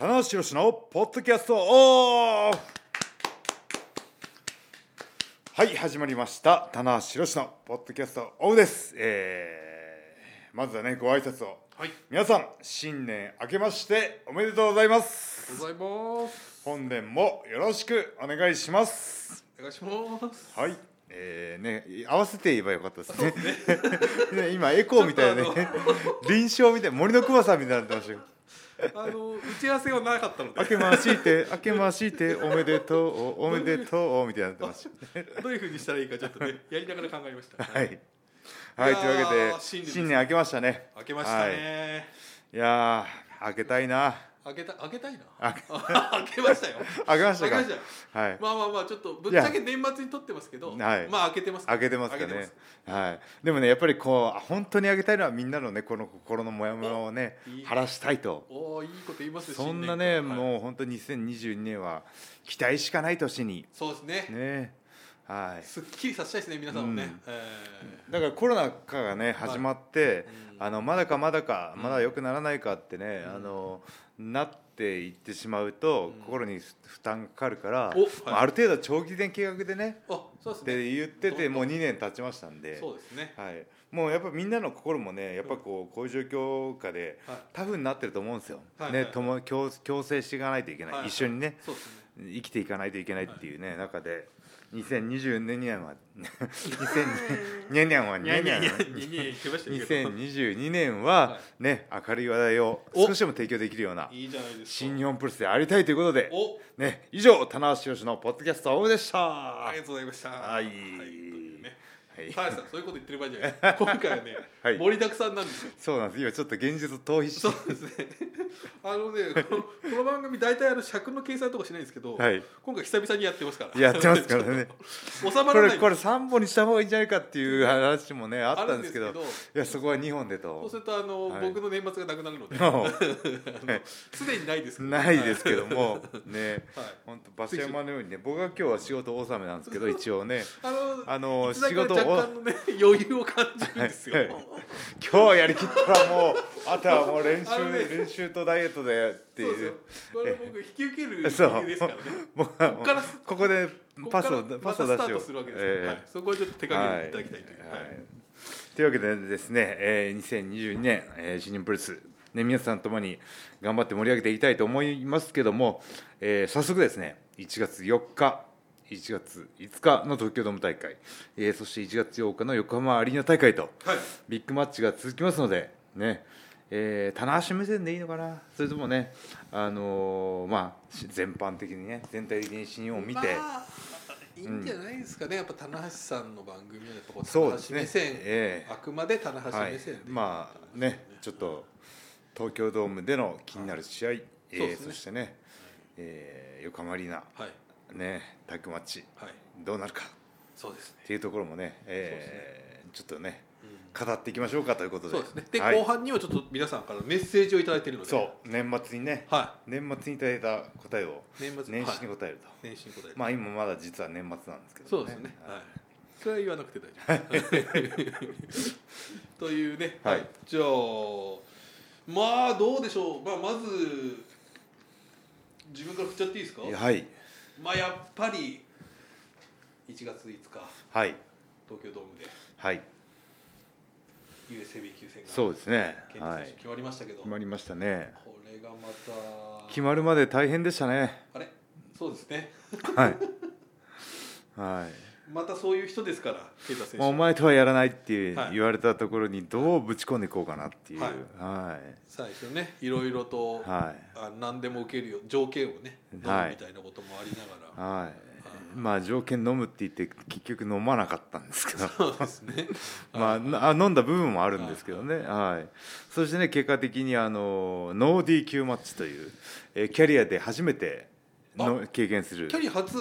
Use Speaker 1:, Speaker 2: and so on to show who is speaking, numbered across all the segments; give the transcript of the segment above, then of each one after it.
Speaker 1: 野宏のポッドキャストオフはい始まりました棚橋宏のポッドキャストオフです、えーまずはねご挨拶を
Speaker 2: はい、
Speaker 1: 皆さん新年明けましておめでとうございます
Speaker 2: ございます。
Speaker 1: 本年もよろしくお願いします
Speaker 2: お願いします。
Speaker 1: はいえーね合わせて言えばよかったですね ね今エコーみたいなね
Speaker 2: ちょっと
Speaker 1: 臨床みたいな森の熊さんみたいになってましたよ
Speaker 2: あの打ち合わせはなかったので
Speaker 1: 明、けまして明けましておめでとうおめでとうみたいになってました
Speaker 2: どういう風にしたらいいかちょっとね、 やりながら考えました。
Speaker 1: は。い。はい、
Speaker 2: いやー
Speaker 1: というわけで、
Speaker 2: 新年です
Speaker 1: 新年明けましたね。
Speaker 2: 開けましたね。
Speaker 1: いやー、明けたいな。
Speaker 2: 開けた開けたいな。
Speaker 1: 明
Speaker 2: 開
Speaker 1: け
Speaker 2: けましたよ。
Speaker 1: 明けました
Speaker 2: 開け
Speaker 1: か
Speaker 2: ましたよ。
Speaker 1: はい。
Speaker 2: まあまあまあちょっとぶっちゃけ年末に撮ってますけど、
Speaker 1: いやはい
Speaker 2: まあ開けてます。
Speaker 1: 明けてますか
Speaker 2: 開け
Speaker 1: ね。はい。でもね、やっぱりこう、本当に明けたいのはみんなのね、この心のモヤモヤをね
Speaker 2: おいい、
Speaker 1: 晴らしたいと。
Speaker 2: おおいいこと言いますよ。
Speaker 1: そんなね、
Speaker 2: 新年からはい
Speaker 1: もう本当に2022年は期待しかない年に。
Speaker 2: そうですね。
Speaker 1: ね。はい。
Speaker 2: すっきりさせたいですね皆さんもね。
Speaker 1: うん
Speaker 2: え
Speaker 1: だからコロナ禍がね始まって、
Speaker 2: うん
Speaker 1: あのまだかまだか
Speaker 2: うん
Speaker 1: まだ良くならないかってね、
Speaker 2: うん
Speaker 1: あのなっていってしまうと、
Speaker 2: うん
Speaker 1: 心に負担かかるから、
Speaker 2: おはい
Speaker 1: まあある程度長期的計画でね
Speaker 2: ーあそうで
Speaker 1: っ
Speaker 2: すね。
Speaker 1: て言って
Speaker 2: どん
Speaker 1: て
Speaker 2: どん
Speaker 1: もう2年経ちましたんで、
Speaker 2: そうですね。
Speaker 1: はい、もうやっぱみんなの心もねやっぱこうこういう状況下で
Speaker 2: はい。
Speaker 1: タフになってると思うんですよ、
Speaker 2: はい
Speaker 1: ね
Speaker 2: はい
Speaker 1: とも強強制していかないといけない、
Speaker 2: はいはい
Speaker 1: 一緒にね
Speaker 2: そうですね。
Speaker 1: 生きていかないといけないっていうね、中で2020年には2020年には年に
Speaker 2: にゃにゃ
Speaker 1: は
Speaker 2: にゃにゃにゃ来ましたけど
Speaker 1: 2022年
Speaker 2: は
Speaker 1: は、ね、明るい話題を
Speaker 2: お
Speaker 1: 少しでも提供できるようない
Speaker 2: いじゃないですか。
Speaker 1: 新日本プロレスでありたいということで、
Speaker 2: お
Speaker 1: ね、以上、棚橋宏のポッドキャストオフでした。
Speaker 2: あ
Speaker 1: は
Speaker 2: り
Speaker 1: い
Speaker 2: がとうございました。
Speaker 1: はい
Speaker 2: というね。田
Speaker 1: はい
Speaker 2: 辺さん、そういうこと言ってる場合じゃ ない。今回はね、
Speaker 1: はい
Speaker 2: 盛りだくさんなんですよ。
Speaker 1: そうなんです、今ちょっと現実を逃避して
Speaker 2: そう、ですね。あのね、このこの番組大体あの尺の計算とかしないんですけど、
Speaker 1: はい
Speaker 2: 今回久々にやってますから。
Speaker 1: やってますからね
Speaker 2: ちょっと。収ま
Speaker 1: こ
Speaker 2: ら
Speaker 1: れ
Speaker 2: ない。
Speaker 1: これ3本にした方がいいんじゃないかっていう話もね、あ
Speaker 2: あ
Speaker 1: った
Speaker 2: る
Speaker 1: ん
Speaker 2: ん
Speaker 1: で
Speaker 2: ですす
Speaker 1: け
Speaker 2: け
Speaker 1: ど、
Speaker 2: ど、
Speaker 1: いや、そこは2本で
Speaker 2: そ
Speaker 1: と
Speaker 2: うす。るとあの、
Speaker 1: はい
Speaker 2: 僕の年末がなくなる ので、
Speaker 1: も
Speaker 2: あのすでにないです
Speaker 1: う
Speaker 2: けど。
Speaker 1: ないですけども、ね、
Speaker 2: はい。
Speaker 1: 本当、馬車山のようにね、僕は今日は仕事納めなんですけど、一応ね、
Speaker 2: あの。
Speaker 1: あの
Speaker 2: いつだ
Speaker 1: 仕
Speaker 2: か
Speaker 1: 事
Speaker 2: 若
Speaker 1: を。
Speaker 2: 干のね余裕を感じるんですよ。
Speaker 1: はいはい今日やりきったらもうあとはもう練習
Speaker 2: あのね
Speaker 1: 練習とダイエットでって
Speaker 2: そうで
Speaker 1: い
Speaker 2: すよ
Speaker 1: う。
Speaker 2: これ僕引き受ける理由です
Speaker 1: そう
Speaker 2: からね。
Speaker 1: もう
Speaker 2: こっからこ
Speaker 1: ここで
Speaker 2: っ
Speaker 1: パ
Speaker 2: か
Speaker 1: スを
Speaker 2: ら
Speaker 1: パスを出し
Speaker 2: またスター
Speaker 1: よ
Speaker 2: ト
Speaker 1: う
Speaker 2: するわけですよ。はい
Speaker 1: え
Speaker 2: そこはちょっと手
Speaker 1: えは
Speaker 2: 掛けていただきたいという。
Speaker 1: は
Speaker 2: はい
Speaker 1: というわけでですね、えー、2022年、えー、新日本プロレス、ね、皆さんともに頑張って盛り上げていきたいと思いますけども、えー早速ですね1月4日1月5日の東京ドーム大会、えーそして1月8日の横浜アリーナ大会と、
Speaker 2: はい
Speaker 1: ビッグマッチが続きますので、ねえー、棚橋目線でいいのかな、それともね、あのーまあ、し全般的にね、全体的に新日本を見て、
Speaker 2: まあいいんじゃないですかね。やっぱ棚橋さんの番組はやっぱこう
Speaker 1: そう
Speaker 2: 棚
Speaker 1: です
Speaker 2: 橋
Speaker 1: ね
Speaker 2: 目線、
Speaker 1: ええ
Speaker 2: あくまで棚橋
Speaker 1: はい
Speaker 2: 目線で。
Speaker 1: まあね、ちょっと東京ドームでの気になる試合、えー
Speaker 2: そうです
Speaker 1: そ
Speaker 2: ね
Speaker 1: してね、えー横浜アリーナ、
Speaker 2: はい
Speaker 1: ね、タッグマッチ、
Speaker 2: はい
Speaker 1: どうなるか
Speaker 2: そうですね。
Speaker 1: っていうところもね、えーちょっとね、語っていきましょうかということで。
Speaker 2: そうですね。で、
Speaker 1: はい
Speaker 2: 後半にはちょっと皆さんからメッセージをいただいているので、
Speaker 1: そう年末にね、
Speaker 2: は
Speaker 1: 年末にいただいた答えを
Speaker 2: い年末
Speaker 1: 年始に
Speaker 2: はい
Speaker 1: 答えると、
Speaker 2: 年始に答えて。
Speaker 1: まあ今まだ実は年末なんですけど、
Speaker 2: そうですね。はい。それは言わなくて大丈 夫。というね。
Speaker 1: はい。
Speaker 2: じゃあまあどうでしょう。まあまず自分から振っちゃっていいですか。
Speaker 1: いやはい
Speaker 2: まあやっぱり1月5日
Speaker 1: はい
Speaker 2: 東京ドームで
Speaker 1: はい
Speaker 2: USAB 級戦が
Speaker 1: そうですね
Speaker 2: ケンジ
Speaker 1: は
Speaker 2: 選手
Speaker 1: い
Speaker 2: 決まりましたけど、
Speaker 1: 決まりましたね
Speaker 2: これがまた
Speaker 1: 決まるまで大変でしたね
Speaker 2: あれそうですね。
Speaker 1: はいは
Speaker 2: またそういう人ですからケンタ
Speaker 1: い
Speaker 2: 選
Speaker 1: もうお
Speaker 2: 手。
Speaker 1: 前とはやらないって
Speaker 2: はい
Speaker 1: 言われたところにどうぶち込んでいこうかなっていう
Speaker 2: はい
Speaker 1: は
Speaker 2: 最初ねいろいろと、
Speaker 1: いはい
Speaker 2: あ何でも受けるよ条件をね飲むみ
Speaker 1: は
Speaker 2: た
Speaker 1: い
Speaker 2: いなこともありながら。
Speaker 1: はいまあ条件飲むって言って結局飲まなかったんですけど
Speaker 2: そうで すね。
Speaker 1: まあな、あ飲んだ部分もあるんですけどね、はい、そしてね結果的にあのノー D 級マッチという、えーキャリアで初めての経験する
Speaker 2: キャリア初。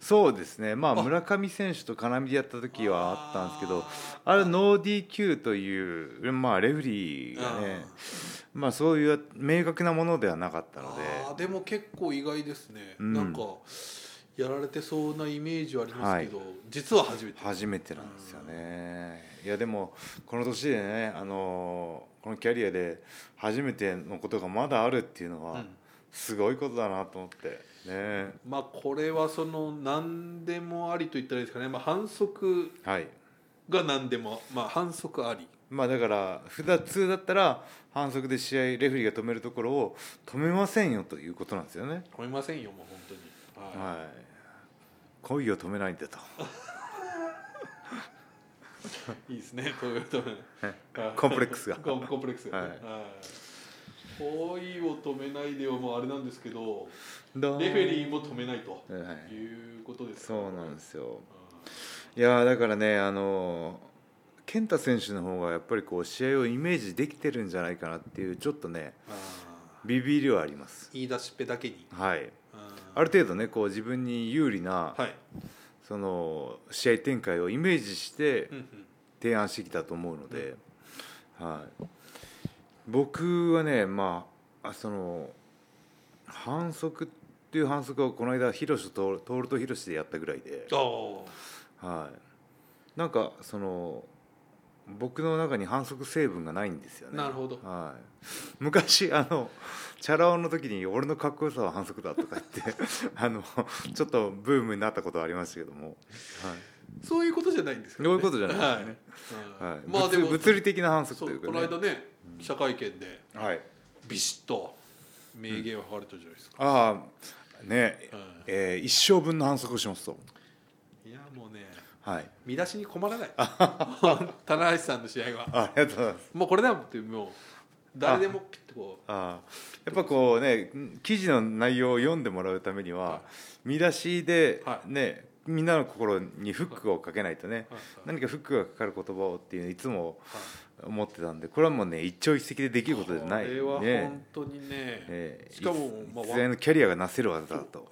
Speaker 1: そうですね、まあ、
Speaker 2: あ
Speaker 1: 村上選手と金網でやった時はあったんですけど
Speaker 2: あー
Speaker 1: あれノー D 級という、まあ、レフェリーがねまあ、そういう明確なものではなかったので
Speaker 2: あーでも結構意外ですね。
Speaker 1: うん
Speaker 2: なんかやられてそうなイメージはありますけど、実は初めて。
Speaker 1: 初めてなんですよね。いやでもこの年でね、あのーこのキャリアで初めてのことがまだあるっていうのは、
Speaker 2: うん
Speaker 1: すごいことだなと思ってね
Speaker 2: まあこれはその何でもありと言ったらいいですかね、まあ、反則
Speaker 1: はい
Speaker 2: が何でも、まあ、反則あり
Speaker 1: まあだから普段通だったら反則で試合レフェリーが止めるところを止めませんよということなんですよね
Speaker 2: 思いませんよもう本当に、はい
Speaker 1: はい恋を止めないんだと
Speaker 2: いいですね、トヨタのはい
Speaker 1: コンプレックスが
Speaker 2: コンコンプレックスが、
Speaker 1: はい
Speaker 2: はい恋を止めないではもうあれなんですけど、
Speaker 1: どう
Speaker 2: レフェリーも止めないと
Speaker 1: はい
Speaker 2: いうことですか
Speaker 1: そうなんですよ
Speaker 2: う
Speaker 1: いやーだからねあのー健太選手の方がやっぱりこう試合をイメージできてるんじゃないかなっていうちょっとね
Speaker 2: んあー
Speaker 1: ビビりはあります
Speaker 2: 言い出しっぺだけに、
Speaker 1: はい
Speaker 2: あ
Speaker 1: ある程度ねこう自分に有利な、
Speaker 2: はい、
Speaker 1: その試合展開をイメージして
Speaker 2: うんうん
Speaker 1: 提案してきたと思うので、はい、僕はねまああその反則っていう反則をこの間広瀬と徹と広瀬でやったぐらいで、
Speaker 2: あー
Speaker 1: はい、なんかその僕の中に反則成分がないんですよね
Speaker 2: なるほど
Speaker 1: はい、昔あのチャラ男の時に俺のかっこよさは反則だとか 言ってあのちょっとブームになったことはありましたけども、はい、
Speaker 2: そういうことじゃないんですけど
Speaker 1: そういうことじゃないで
Speaker 2: はい
Speaker 1: はい
Speaker 2: まあ
Speaker 1: 物
Speaker 2: でも
Speaker 1: 物理的な反則
Speaker 2: そ
Speaker 1: といううか、
Speaker 2: こ
Speaker 1: ね、
Speaker 2: の間ね記者会見で
Speaker 1: はい、
Speaker 2: ビシッと名言を書かれたじゃないですか、
Speaker 1: ああね、
Speaker 2: はい
Speaker 1: えー一生分の反則をしますと、
Speaker 2: いやもうね
Speaker 1: はい、
Speaker 2: 見出しに困らない棚橋さんの試合は
Speaker 1: あありがとうございます
Speaker 2: もうこれだもんってもう誰でもピッとこう
Speaker 1: ああやっぱこうね記事の内容を読んでもらうためには、
Speaker 2: は
Speaker 1: 見出しで、
Speaker 2: はい
Speaker 1: ね、みんなの心にフックをかけないとね、
Speaker 2: はい
Speaker 1: 何かフックがかかる言葉をっていうのいつも思ってたんでこれはもうね一朝一夕でできることじゃない
Speaker 2: これは
Speaker 1: ね
Speaker 2: 本当にね
Speaker 1: ええ
Speaker 2: しかも
Speaker 1: い
Speaker 2: まあ
Speaker 1: 実在のキャリアがなせる技だと、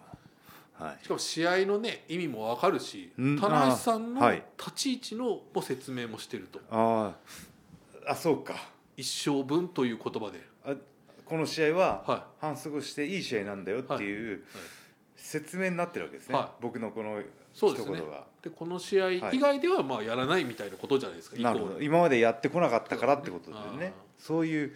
Speaker 1: はい、
Speaker 2: しかも試合のね意味もわかるし
Speaker 1: うん
Speaker 2: 棚橋さん
Speaker 1: あー
Speaker 2: の
Speaker 1: はい
Speaker 2: 立ち位置のもう説明もしてると
Speaker 1: あああそうか
Speaker 2: 一生分という言葉で
Speaker 1: あこの試合は
Speaker 2: は
Speaker 1: 反則していい試合なんだよっていう説明になってるわけですね、
Speaker 2: は
Speaker 1: 僕のこの
Speaker 2: そう
Speaker 1: 一
Speaker 2: です
Speaker 1: 言
Speaker 2: ね
Speaker 1: が。
Speaker 2: でこの試合以外ではまあやらないみたいなことじゃないですかイコ
Speaker 1: なる
Speaker 2: ー
Speaker 1: ほど
Speaker 2: ル
Speaker 1: 今までやってこなかったからってことで
Speaker 2: そうですね
Speaker 1: ね
Speaker 2: あ
Speaker 1: そういう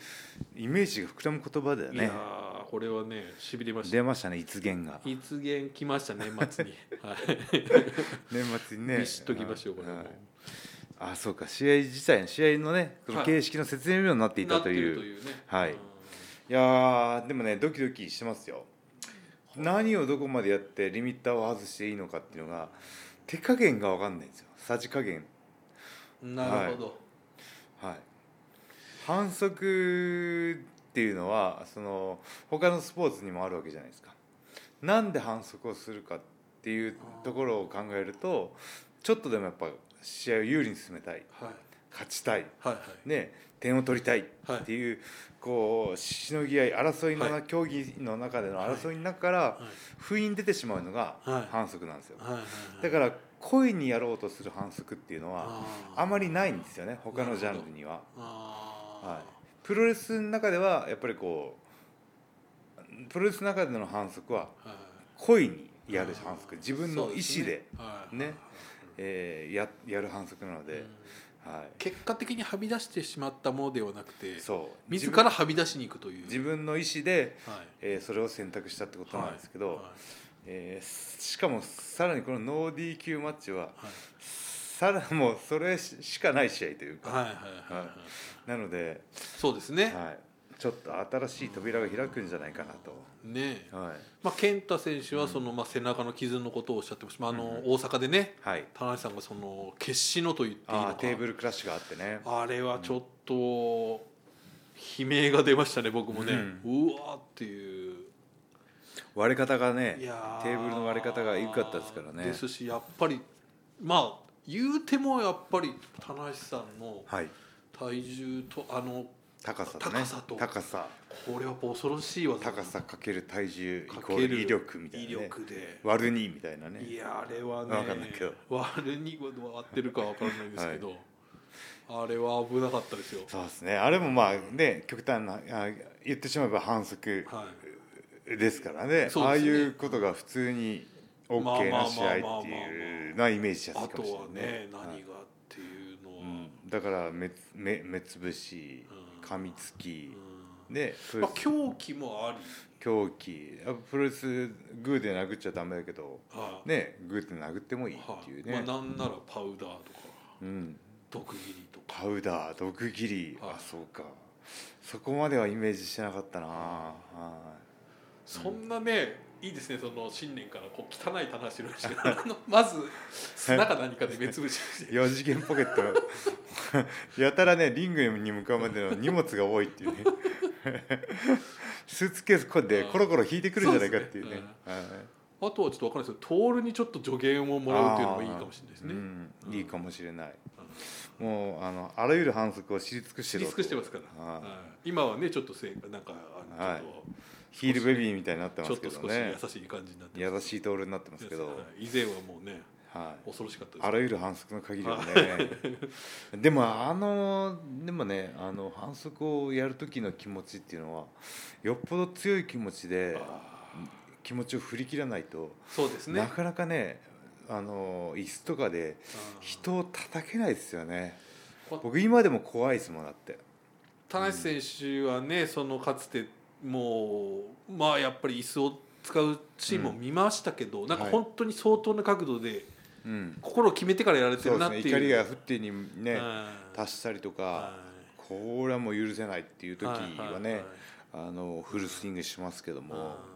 Speaker 1: イメージが膨らむ言葉だよ
Speaker 2: いや
Speaker 1: ね
Speaker 2: ーこれはねしびれました
Speaker 1: 出ましたね逸言が
Speaker 2: 実現きました年末にはい
Speaker 1: 年末にね
Speaker 2: ビシッときましょうこれ
Speaker 1: は
Speaker 2: も
Speaker 1: いあそうか試合自体の試合のねこの
Speaker 2: はい
Speaker 1: 形式の説明にもなっていた
Speaker 2: なって
Speaker 1: という,、
Speaker 2: ると
Speaker 1: い、
Speaker 2: いうね
Speaker 1: はい
Speaker 2: うん
Speaker 1: やーでもねドキドキしてますよ何をどこまでやってリミッターを外していいのかっていうのが手加減が分かんないんですよさじ加減
Speaker 2: なるほど、
Speaker 1: はい、反則っていうのはその他のスポーツにもあるわけじゃないですかなんで反則をするかっていうところを考えるとちょっとでもやっぱ試合を有利に進めたい
Speaker 2: はい
Speaker 1: 勝ちたい、
Speaker 2: はい
Speaker 1: ね、点を取りたいっ
Speaker 2: はい
Speaker 1: ていう、こうしのぎ合い争いのな、
Speaker 2: は
Speaker 1: 競技の中での
Speaker 2: はい
Speaker 1: 争いの中から
Speaker 2: はい
Speaker 1: 不意に出てしまうのが
Speaker 2: はい
Speaker 1: 反則なんですよ、
Speaker 2: はいはい
Speaker 1: だから故意にやろうとする反則っていうのは
Speaker 2: あー
Speaker 1: あまりないんですよね他のジャンルには。は
Speaker 2: あ
Speaker 1: い、プロレスの中ではやっぱりこうプロレスの中での反則は
Speaker 2: ーはい
Speaker 1: 故意にやる反則自分の意
Speaker 2: そうす
Speaker 1: 思で
Speaker 2: はい
Speaker 1: ねえーややる反則なの
Speaker 2: うん
Speaker 1: で、は
Speaker 2: 結果的にはみ出してしまったものではなくて
Speaker 1: い、そう
Speaker 2: 自らはみ出しに行くという
Speaker 1: 自分自分の意思で、
Speaker 2: はい
Speaker 1: えーそれを選択したってことなんですけど、
Speaker 2: はい
Speaker 1: えーしかもさらにこのノー DQ マッチは
Speaker 2: はい
Speaker 1: さらもうそれしかない試合というか、
Speaker 2: はいはいはいはい
Speaker 1: はなので、
Speaker 2: そうですね
Speaker 1: はい、ちょっと新しい扉が開くんじゃないかなと。
Speaker 2: ねえ
Speaker 1: はい
Speaker 2: まあ健太選手はそのまあ背中の傷のことをおっしゃってましたまああの大阪でね
Speaker 1: はい
Speaker 2: 田中さんがその決死のと言っていい
Speaker 1: あ
Speaker 2: の
Speaker 1: あ
Speaker 2: か
Speaker 1: テーブルクラッシュがあってね
Speaker 2: あれはちょっと悲鳴が出ましたね僕もね、うわーっていう
Speaker 1: 割れ方がね
Speaker 2: いや
Speaker 1: テーブルの割れ方がえぐかったですからね
Speaker 2: ですしやっぱりまあ言うてもやっぱり棚橋さんの
Speaker 1: はい
Speaker 2: 体重とあの
Speaker 1: 高さとね
Speaker 2: 高さと
Speaker 1: 高さ
Speaker 2: これはやっぱ恐ろしい技だな
Speaker 1: 高さかける体重イ
Speaker 2: か
Speaker 1: コー
Speaker 2: ける
Speaker 1: ル威力みたいな、ね、
Speaker 2: 威力で
Speaker 1: 割る2みたいなね
Speaker 2: いやあれはね
Speaker 1: わかんないけど
Speaker 2: 悪にことは合ってるかわからないですけど、あれは危なかったですよ
Speaker 1: そうですねあれもまあね極端なあ言ってしまえば反則
Speaker 2: はい
Speaker 1: ですからね,、
Speaker 2: そうですね
Speaker 1: ああいうことが普通に OK
Speaker 2: まあまあまあまあ
Speaker 1: な試合っていうなイメージしやす
Speaker 2: あ
Speaker 1: いか
Speaker 2: と
Speaker 1: もしれ
Speaker 2: は
Speaker 1: ない
Speaker 2: ね、
Speaker 1: はい
Speaker 2: 何がっていうのは、
Speaker 1: うん、だから目つ目目つぶし
Speaker 2: うん
Speaker 1: 噛みつき
Speaker 2: う、ん
Speaker 1: でそうい
Speaker 2: ま
Speaker 1: う
Speaker 2: あ、狂気もあり
Speaker 1: 狂気あプロレスグーで殴っちゃダメだけど
Speaker 2: は
Speaker 1: ねグーで殴ってもいいっていう
Speaker 2: い
Speaker 1: ね、
Speaker 2: まあ、なんならパウダーとか
Speaker 1: うん、
Speaker 2: 毒斬りとか
Speaker 1: パウダー毒斬り、
Speaker 2: はい
Speaker 1: あそうかそこまではイメージしてなかったな、は
Speaker 2: そんなねいいですねその新年からこう汚い棚してるし あのまず砂か何かで目つぶし
Speaker 1: い、
Speaker 2: にして
Speaker 1: 4次元ポケット やたらねリングに向かうまでの荷物が多いっていうね スーツケースこうやってコロコロ引いてくるんじゃないかっていうね
Speaker 2: そうです
Speaker 1: はい
Speaker 2: あとはちょっと分かんないですけどトールにちょっと助言をもらうっていうのもいいかもしれないですね
Speaker 1: うん
Speaker 2: うん
Speaker 1: いいかもしれない、もうあのあらゆる反則を知り尽くして
Speaker 2: 知
Speaker 1: る
Speaker 2: り尽くしてますから、
Speaker 1: はい
Speaker 2: はい今はねちょっとせいなんかあのちょっ
Speaker 1: ヒールベビーみたいになって
Speaker 2: と、
Speaker 1: ま
Speaker 2: ちょ
Speaker 1: す
Speaker 2: っ
Speaker 1: け
Speaker 2: と
Speaker 1: ど
Speaker 2: 少し
Speaker 1: ね
Speaker 2: 優しい感じになって
Speaker 1: 優しいトールになってますけど、
Speaker 2: はい以前はもうね
Speaker 1: はい、
Speaker 2: 恐ろしかったです
Speaker 1: あらゆる反則の限りは ねでもあのでもねあの反則をやる時の気持ちっていうのはよっぽど強い気持ちで
Speaker 2: あー
Speaker 1: 気持ちを振り切らないと、
Speaker 2: そうですね
Speaker 1: なかなかねあの椅子とかで
Speaker 2: あー
Speaker 1: 人を叩けないですよね
Speaker 2: こ
Speaker 1: 僕今でも怖いですもんだって
Speaker 2: 田無選手はねそのかつてもうまあやっぱり椅子を使うチームを見ましたけど、なんか
Speaker 1: はい
Speaker 2: 本当に相当な角度で
Speaker 1: うん
Speaker 2: 心を決めてからやられて
Speaker 1: そ
Speaker 2: る
Speaker 1: うで
Speaker 2: なっ
Speaker 1: すね
Speaker 2: ていう
Speaker 1: 怒りが降ってにね
Speaker 2: はい
Speaker 1: 達したりとか
Speaker 2: は
Speaker 1: これはもう許せないっていう
Speaker 2: い
Speaker 1: 時はね
Speaker 2: いい
Speaker 1: あのフルスイングしますけども。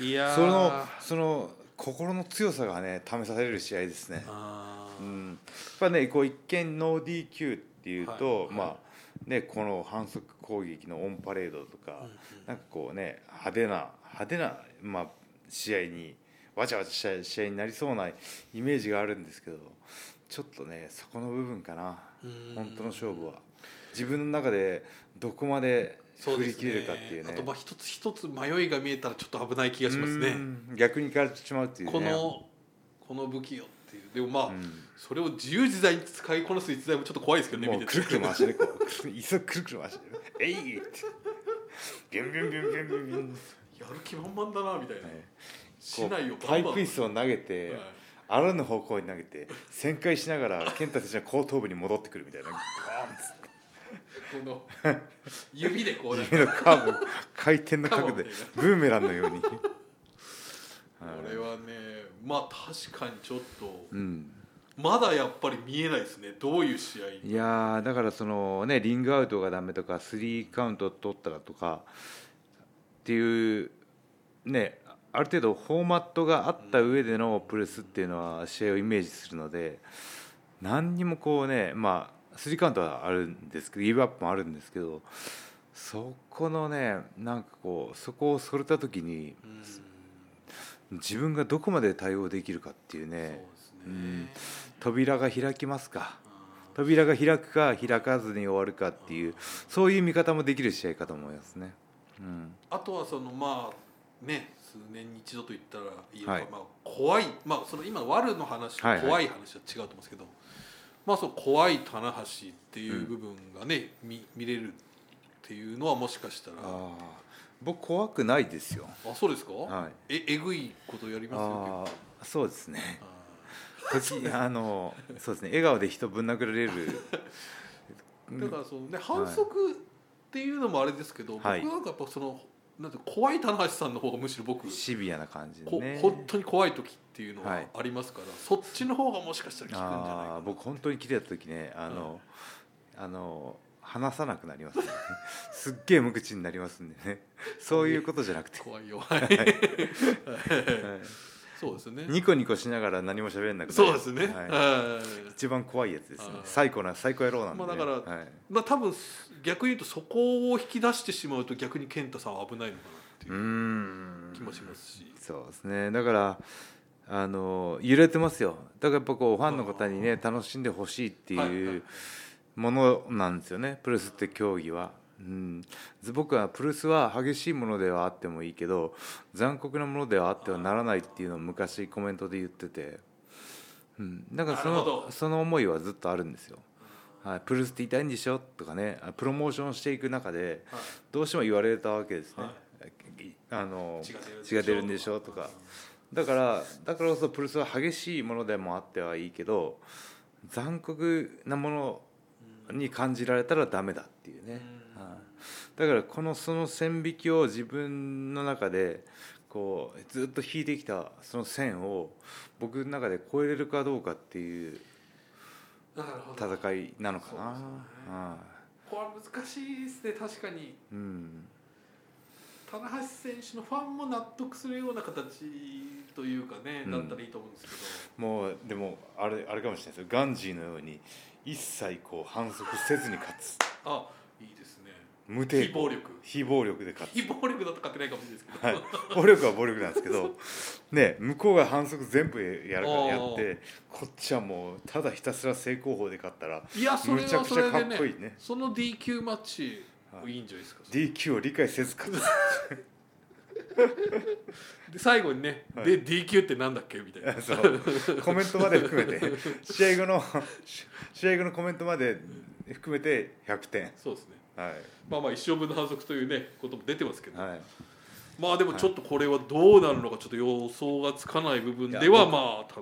Speaker 2: いいやー
Speaker 1: そのその心の強さがね試される試合ですね。
Speaker 2: あ
Speaker 1: う
Speaker 2: ー
Speaker 1: ん、やっぱねこう一見ノー DQ っていうと、
Speaker 2: はい
Speaker 1: まあねこの反則攻撃のオンパレードとか、
Speaker 2: うんうん
Speaker 1: なんかこうね派手な派手なまあ試合にわちゃわちゃした試合になりそうなイメージがあるんですけど、ちょっとねそこの部分かな
Speaker 2: うん
Speaker 1: 本当の勝負は自分の中でどこまで
Speaker 2: そう
Speaker 1: 振
Speaker 2: で
Speaker 1: り
Speaker 2: す
Speaker 1: 切れるかっていうね。
Speaker 2: あとまあ一つ一つ迷いが見えたらちょっと危ない気がしますね
Speaker 1: うん逆に行かれてしまうっていうね。
Speaker 2: このこの武器よっていうでもま
Speaker 1: う
Speaker 2: あ、
Speaker 1: ん
Speaker 2: それを自由自在に使いこなす逸材もちょっと怖いですけどね
Speaker 1: もう
Speaker 2: 見
Speaker 1: く
Speaker 2: て
Speaker 1: る
Speaker 2: て
Speaker 1: くる回してねこうくる椅子をくるくる回してねえいってビュンビュンビュンビュンビュンビュン、
Speaker 2: やる気満々だなみたいな、
Speaker 1: ね
Speaker 2: 市内を
Speaker 1: こうパイプ椅子を投げ
Speaker 2: で
Speaker 1: て、
Speaker 2: はい
Speaker 1: あらぬ方向に投げて旋回しながら健太選手の後頭部に戻ってくるみたいな
Speaker 2: この指でこ うなんか
Speaker 1: 夢のカーブ回転の角
Speaker 2: カーブみ
Speaker 1: で
Speaker 2: たいな
Speaker 1: ブーメランの ように、
Speaker 2: これはねまあ確かにちょっと
Speaker 1: うん、
Speaker 2: まだやっぱり見えないですねどういう試合
Speaker 1: いやーだからそのねリングアウトがダメとかスリーカウント取ったらとかっていうねある程度フォーマットがあった上でのプレスっていうのは試合をイメージするので何にもこうねまあスリーカウントはあるんですけどギブアップもあるんですけどそこのねなんかこうそこをそれた時に
Speaker 2: うんそう
Speaker 1: 自分がどこまで対応できるかっていう
Speaker 2: です
Speaker 1: ね
Speaker 2: ね、
Speaker 1: うん扉が開きますか。
Speaker 2: あ
Speaker 1: 扉が開くか開かずに終わるかっていうそういう見方もできる試合かと思いますね。うん、
Speaker 2: ーあとはそのまあね数年に一度と言ったらいいのか、
Speaker 1: はい
Speaker 2: まあ、怖いまあその今ワルの話と
Speaker 1: はいはい
Speaker 2: 怖い話は違うと思うんですけど、まあその怖い棚橋っていう部分がね、見見れるっていうのはもしかしたらあ
Speaker 1: ああ僕怖くないですよ。
Speaker 2: そうですか、
Speaker 1: は
Speaker 2: ええぐいことやりますよ結構
Speaker 1: ああそうですね。
Speaker 2: あ
Speaker 1: 時あのそうですね笑顔で人ぶん殴られる。
Speaker 2: ーだからそのね反則っていうのもあれですけど、
Speaker 1: はい
Speaker 2: 僕なんかやっぱそのなんて怖い棚橋さんの方がむしろ僕、
Speaker 1: シビアな感じで
Speaker 2: こ
Speaker 1: ね。
Speaker 2: 本当に怖い時っていうの
Speaker 1: は
Speaker 2: はいありますから、そっちの方がもしかしたら効くんじゃない
Speaker 1: あ
Speaker 2: か
Speaker 1: あ僕本当に切れた時ねあの、あの話さなくなります、ね。すっげえ無口になりますんでね。そういうことじゃなくて。
Speaker 2: 怖いよはい
Speaker 1: はい
Speaker 2: そうですね
Speaker 1: ニコニコしながら何も喋れなくなる
Speaker 2: そうですね、
Speaker 1: はい
Speaker 2: はい
Speaker 1: 一番怖いやつですね
Speaker 2: あー
Speaker 1: 最高な最高野郎なんで、
Speaker 2: まあだから
Speaker 1: はい
Speaker 2: まあ多分逆に言うとそこを引き出してしまうと逆に健太さんは危ないのかなって
Speaker 1: う
Speaker 2: いう
Speaker 1: ーん
Speaker 2: 気もしますし、
Speaker 1: そうですねだからあの揺れてますよだからやっぱこうファンの方にね楽しんでほしいって
Speaker 2: はいはい
Speaker 1: いうものなんですよねプロレスって競技は、うん、ず僕はプロレスは激しいものではあってもいいけど残酷なものではあってはならないっていうのを昔コメントで言ってて、うん、なんかそ
Speaker 2: なるほ
Speaker 1: の
Speaker 2: ど
Speaker 1: その思いはずっとあるんですよ、はい、プロレスって痛いんでしょとかねあプロモーションしていく中で
Speaker 2: はい
Speaker 1: どうしても言われたわけですね、
Speaker 2: はい
Speaker 1: あの
Speaker 2: 血が出る
Speaker 1: 血が出るんでしょとかだからだからこそプルスは激しいものでもあってはいいけど残酷なものに感じられたらダメだっていうね、
Speaker 2: うん
Speaker 1: はいだからこのその線引きを自分の中でこうずっと引いてきたその線を僕の中で超えれるかどうかっていう
Speaker 2: なるほど
Speaker 1: 戦いなのかな。
Speaker 2: そうですよね
Speaker 1: は
Speaker 2: これは難しいですね確かに
Speaker 1: いうん
Speaker 2: 棚橋選手のファンも納得するような形というかね、
Speaker 1: うん
Speaker 2: だったらいいと思うんですけど
Speaker 1: もうでもあれあれかもしれないですよガンジーのように一切こう反則せずに勝つ
Speaker 2: あいいですね
Speaker 1: 無
Speaker 2: 非
Speaker 1: 抵抗
Speaker 2: 暴力
Speaker 1: 非暴力で勝つ
Speaker 2: 非暴力だと勝てないかもしれないですけど、
Speaker 1: はい、暴力は暴力なんですけ ど、ね、向こうが反則全部やるからやってこっちはもうただひたすら正攻法で勝ったら
Speaker 2: いやそれ
Speaker 1: むちゃ
Speaker 2: は
Speaker 1: く
Speaker 2: そ
Speaker 1: ち
Speaker 2: れ
Speaker 1: ゃか
Speaker 2: で
Speaker 1: っ
Speaker 2: ね
Speaker 1: こいいね
Speaker 2: その D 級マッチいいんじゃないですか、
Speaker 1: DQ を理解せず 勝つ
Speaker 2: で最後にね、
Speaker 1: はい
Speaker 2: で D 級ってなんだっけみたいな
Speaker 1: そうコメントまで含めて試合後の 試合後のコメントまで含めて100点
Speaker 2: そうですね
Speaker 1: は
Speaker 2: まあまあ一生分の反則というねことも出てますけ
Speaker 1: い、
Speaker 2: ど、
Speaker 1: はい、
Speaker 2: まあでもちょっとこれはどうなるのかちょっと予想がつかない部分で
Speaker 1: いや
Speaker 2: は
Speaker 1: 僕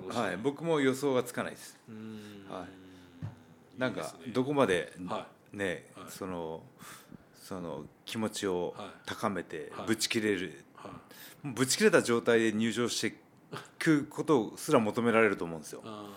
Speaker 2: まあ楽しみ、
Speaker 1: はい、僕も予想がつかないです
Speaker 2: うーん
Speaker 1: はい
Speaker 2: い
Speaker 1: なんか
Speaker 2: いいですね
Speaker 1: どこまで
Speaker 2: は
Speaker 1: ね、
Speaker 2: はい
Speaker 1: そのその気持ちを
Speaker 2: はい
Speaker 1: 高めて
Speaker 2: はい
Speaker 1: ぶち切れる
Speaker 2: い、はい
Speaker 1: ぶち切れた状態で入場してくことすら求められると思うんですよ。
Speaker 2: あ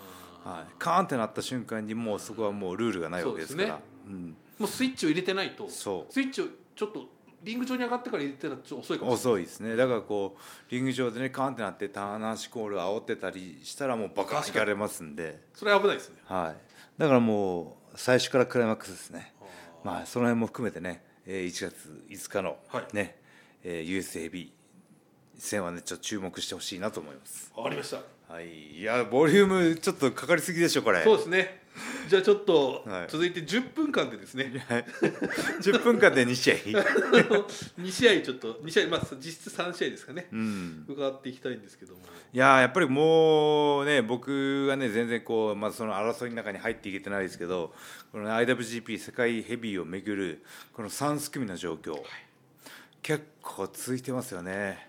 Speaker 1: はい、カーンってなった瞬間にもうそこはもうルールがないわけですから
Speaker 2: そうーもうスイッチを入れてないと
Speaker 1: うん、
Speaker 2: ス
Speaker 1: そ
Speaker 2: イッチをちょっとリング上に上がってから入れてたらちょっと遅いうかもし
Speaker 1: 遅いですねだからこうリング上でねカーンってなって棚橋コール煽ってたりしたらもうバカンいかれますんで、
Speaker 2: れないそれ危ないですね
Speaker 1: はい、だからもう最初からクライマックスですね。
Speaker 2: あ
Speaker 1: まあその辺も含めてね、えー1月5日の
Speaker 2: はい
Speaker 1: ね、えー US ヘビー戦はねちょっと注目してほしいなと思います。
Speaker 2: ーわかりました
Speaker 1: はい、いやボリュームちょっとかかりすぎでしょこれ。
Speaker 2: そうですねじゃあちょっと
Speaker 1: はい
Speaker 2: 続いて10分間でですね、
Speaker 1: 10分間で2試合。
Speaker 2: 2試合ちょっと2試合まあ実質3試合ですかね
Speaker 1: うん。
Speaker 2: 伺っていきたいんですけども
Speaker 1: いやーやっぱりもうね僕がね全然こうまずその争いの中に入っていけてないですけどこの IWGP 世界ヘビーをめぐるこの3組の状況、結構続いてますよね。